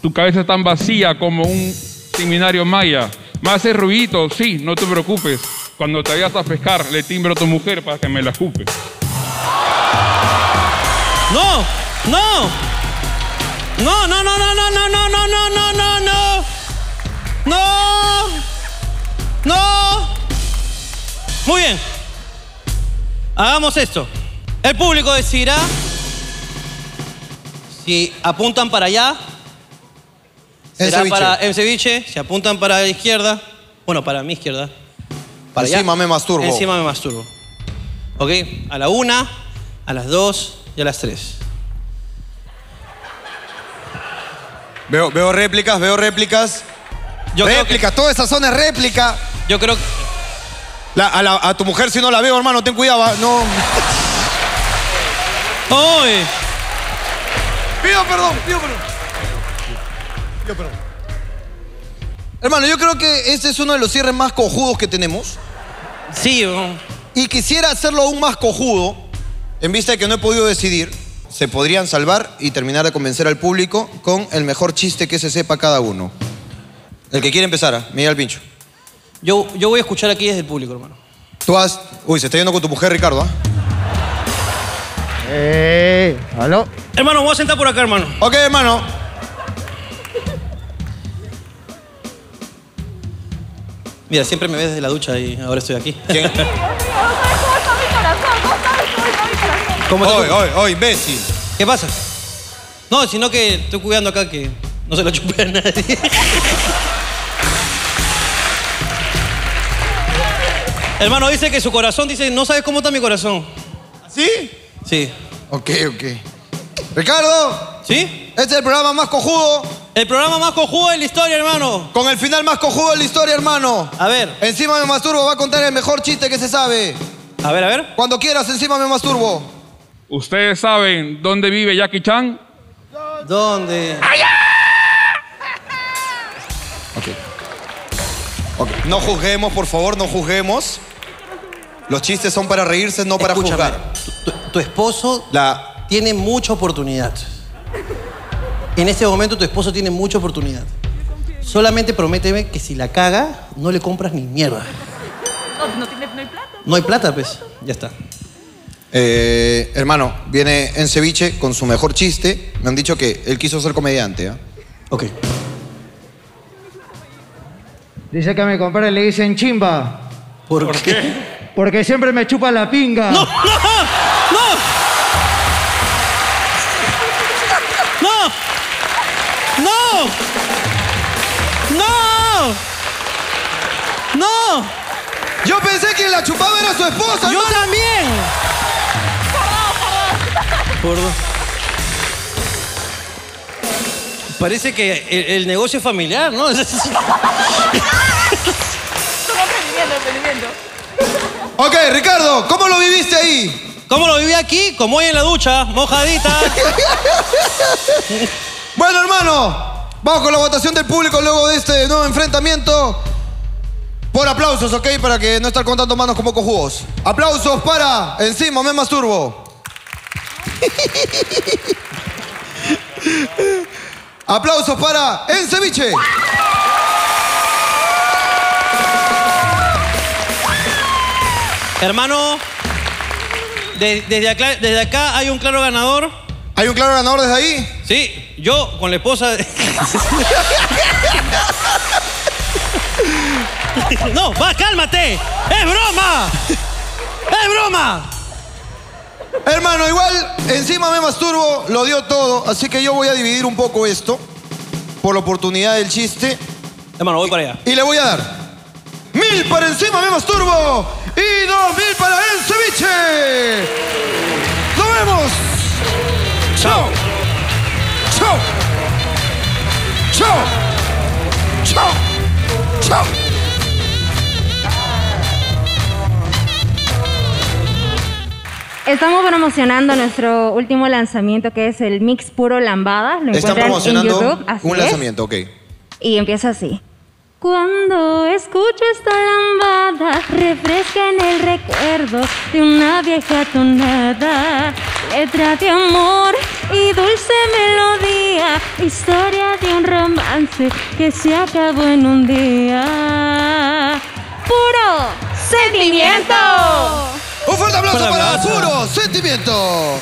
[SPEAKER 12] Tu cabeza es tan vacía como un seminario maya. Me haces ruido, sí, no te preocupes. Cuando te vayas a pescar, le timbro a tu mujer para que me la escupe.
[SPEAKER 1] No, no. No, no, no, no, no, no, no, no, no, no, no, no. No. No. Muy bien. Hagamos esto. El público decidirá si apuntan para allá.
[SPEAKER 2] En
[SPEAKER 1] Será
[SPEAKER 2] ceviche.
[SPEAKER 1] para eh, el ceviche. Si apuntan para la izquierda. Bueno, para mi izquierda. Para allá.
[SPEAKER 2] Encima me masturbo.
[SPEAKER 1] Encima me masturbo. Ok, a la una, a las dos y a las tres.
[SPEAKER 8] Veo, veo réplicas, veo réplicas. réplica, toda esa zona es réplica.
[SPEAKER 1] Yo creo
[SPEAKER 8] La- a, la- a tu mujer si no la veo, hermano, ten cuidado. ah, No.
[SPEAKER 1] ¡Oye!
[SPEAKER 8] Pido perdón, pido perdón.
[SPEAKER 2] Yo, perdón. Hermano, yo creo que este es uno de los cierres más cojudos que tenemos.
[SPEAKER 1] Sí,
[SPEAKER 2] Y quisiera hacerlo aún más cojudo, en vista de que no he podido decidir. Se podrían salvar y terminar de convencer al público con el mejor chiste que se sepa cada uno. El que quiere empezar, ah, Miguel Pincho.
[SPEAKER 1] Yo, yo voy a escuchar aquí desde el público, hermano.
[SPEAKER 2] Tú has. Uy, se está yendo con tu mujer, Ricardo, ¿ah?
[SPEAKER 9] Eh, ¿aló?
[SPEAKER 1] Hermano, voy a sentar por acá, hermano.
[SPEAKER 2] Ok, hermano.
[SPEAKER 1] Mira, siempre me ves desde la ducha y ahora estoy aquí. ¿Cómo
[SPEAKER 8] Oy, oy, oy, imbécil.
[SPEAKER 1] (laughs) ¿Qué pasa? No, sino que estoy cuidando acá que no se lo chupe a (laughs) nadie. Hermano, dice que su corazón dice, no sabes cómo está mi corazón.
[SPEAKER 2] ¿Sí?
[SPEAKER 1] Sí.
[SPEAKER 2] Ok, ok. Ricardo.
[SPEAKER 1] ¿Sí?
[SPEAKER 2] Este es el programa más cojudo.
[SPEAKER 1] El programa más cojudo de la historia, hermano.
[SPEAKER 2] Con el final más cojudo de la historia, hermano.
[SPEAKER 1] A ver,
[SPEAKER 2] Encima me masturbo va a contar el mejor chiste que se sabe.
[SPEAKER 1] a ver, a ver.
[SPEAKER 2] Cuando quieras, encima me masturbo.
[SPEAKER 12] ¿Ustedes saben dónde vive Jackie Chan?
[SPEAKER 1] ¿Dónde?
[SPEAKER 2] Ok, No juzguemos, por favor, no juzguemos. Los chistes son para reírse, no para
[SPEAKER 1] Escúchame,
[SPEAKER 2] juzgar.
[SPEAKER 1] Tu, tu esposo
[SPEAKER 2] La.
[SPEAKER 1] tiene mucha oportunidad. En este momento tu esposo tiene mucha oportunidad. Solamente prométeme que si la caga, no le compras ni mierda.
[SPEAKER 10] No, pues no tiene, no hay plata.
[SPEAKER 1] No hay plata, pues. Ya está.
[SPEAKER 2] Eh, hermano, viene en ceviche con su mejor chiste. Me han dicho que él quiso ser comediante. ¿ah?
[SPEAKER 1] Ok.
[SPEAKER 9] Dice que a mi compadre le dicen chimba.
[SPEAKER 1] ¿Por, qué?
[SPEAKER 9] Porque siempre me chupa la pinga.
[SPEAKER 1] ¡No! ¡No! ¡No! ¡No! ¡No! ¡No!
[SPEAKER 2] Yo pensé que la chupaba era su esposa.
[SPEAKER 1] ¡Yo
[SPEAKER 2] hermano.
[SPEAKER 1] también! Gordo. Parece que el, el negocio es familiar, ¿no? (laughs)
[SPEAKER 10] Estamos aprendiendo, aprendiendo.
[SPEAKER 2] Ok, Ricardo, ¿cómo lo viviste ahí?
[SPEAKER 1] ¿Cómo lo viví aquí? Como hoy en la ducha, (laughs) mojadita.
[SPEAKER 2] Bueno, hermano, vamos con la votación del público luego de este nuevo enfrentamiento. Por aplausos, ok, para que no estar contando manos como cojugos. Aplausos para encima, me masturbo. (laughs) aplausos para En Ceviche.
[SPEAKER 1] Hermano, de- desde, acá, desde acá hay un claro ganador.
[SPEAKER 2] ¿Hay un claro ganador desde ahí?
[SPEAKER 1] Sí, yo con la esposa. de- (laughs) no, va, cálmate. ¡Es broma! ¡Es broma!
[SPEAKER 2] Hermano, igual, encima me masturbo, lo dio todo, así que yo voy a dividir un poco esto por la oportunidad del chiste.
[SPEAKER 1] Hermano, voy para allá.
[SPEAKER 2] Y le voy a dar mil para encima de Masturbo y dos mil para el ceviche. ¡Nos vemos! ¡Chao! ¡Chao! ¡Chao! ¡Chao! ¡Chao!
[SPEAKER 13] Estamos promocionando nuestro último lanzamiento que es el mix puro lambada. Lo encuentran
[SPEAKER 2] Están
[SPEAKER 13] en
[SPEAKER 2] promocionando
[SPEAKER 13] YouTube. Así
[SPEAKER 2] un
[SPEAKER 13] es.
[SPEAKER 2] lanzamiento, ok.
[SPEAKER 13] Y empieza así. Cuando escucho esta lambada, refresca en el recuerdo de una vieja tonada. Letra de amor y dulce melodía, historia de un romance que se acabó en un día. ¡Puro sentimiento!
[SPEAKER 2] Un fuerte aplauso
[SPEAKER 1] Fuerte
[SPEAKER 2] para
[SPEAKER 1] aplauso.
[SPEAKER 2] Puro Sentimiento.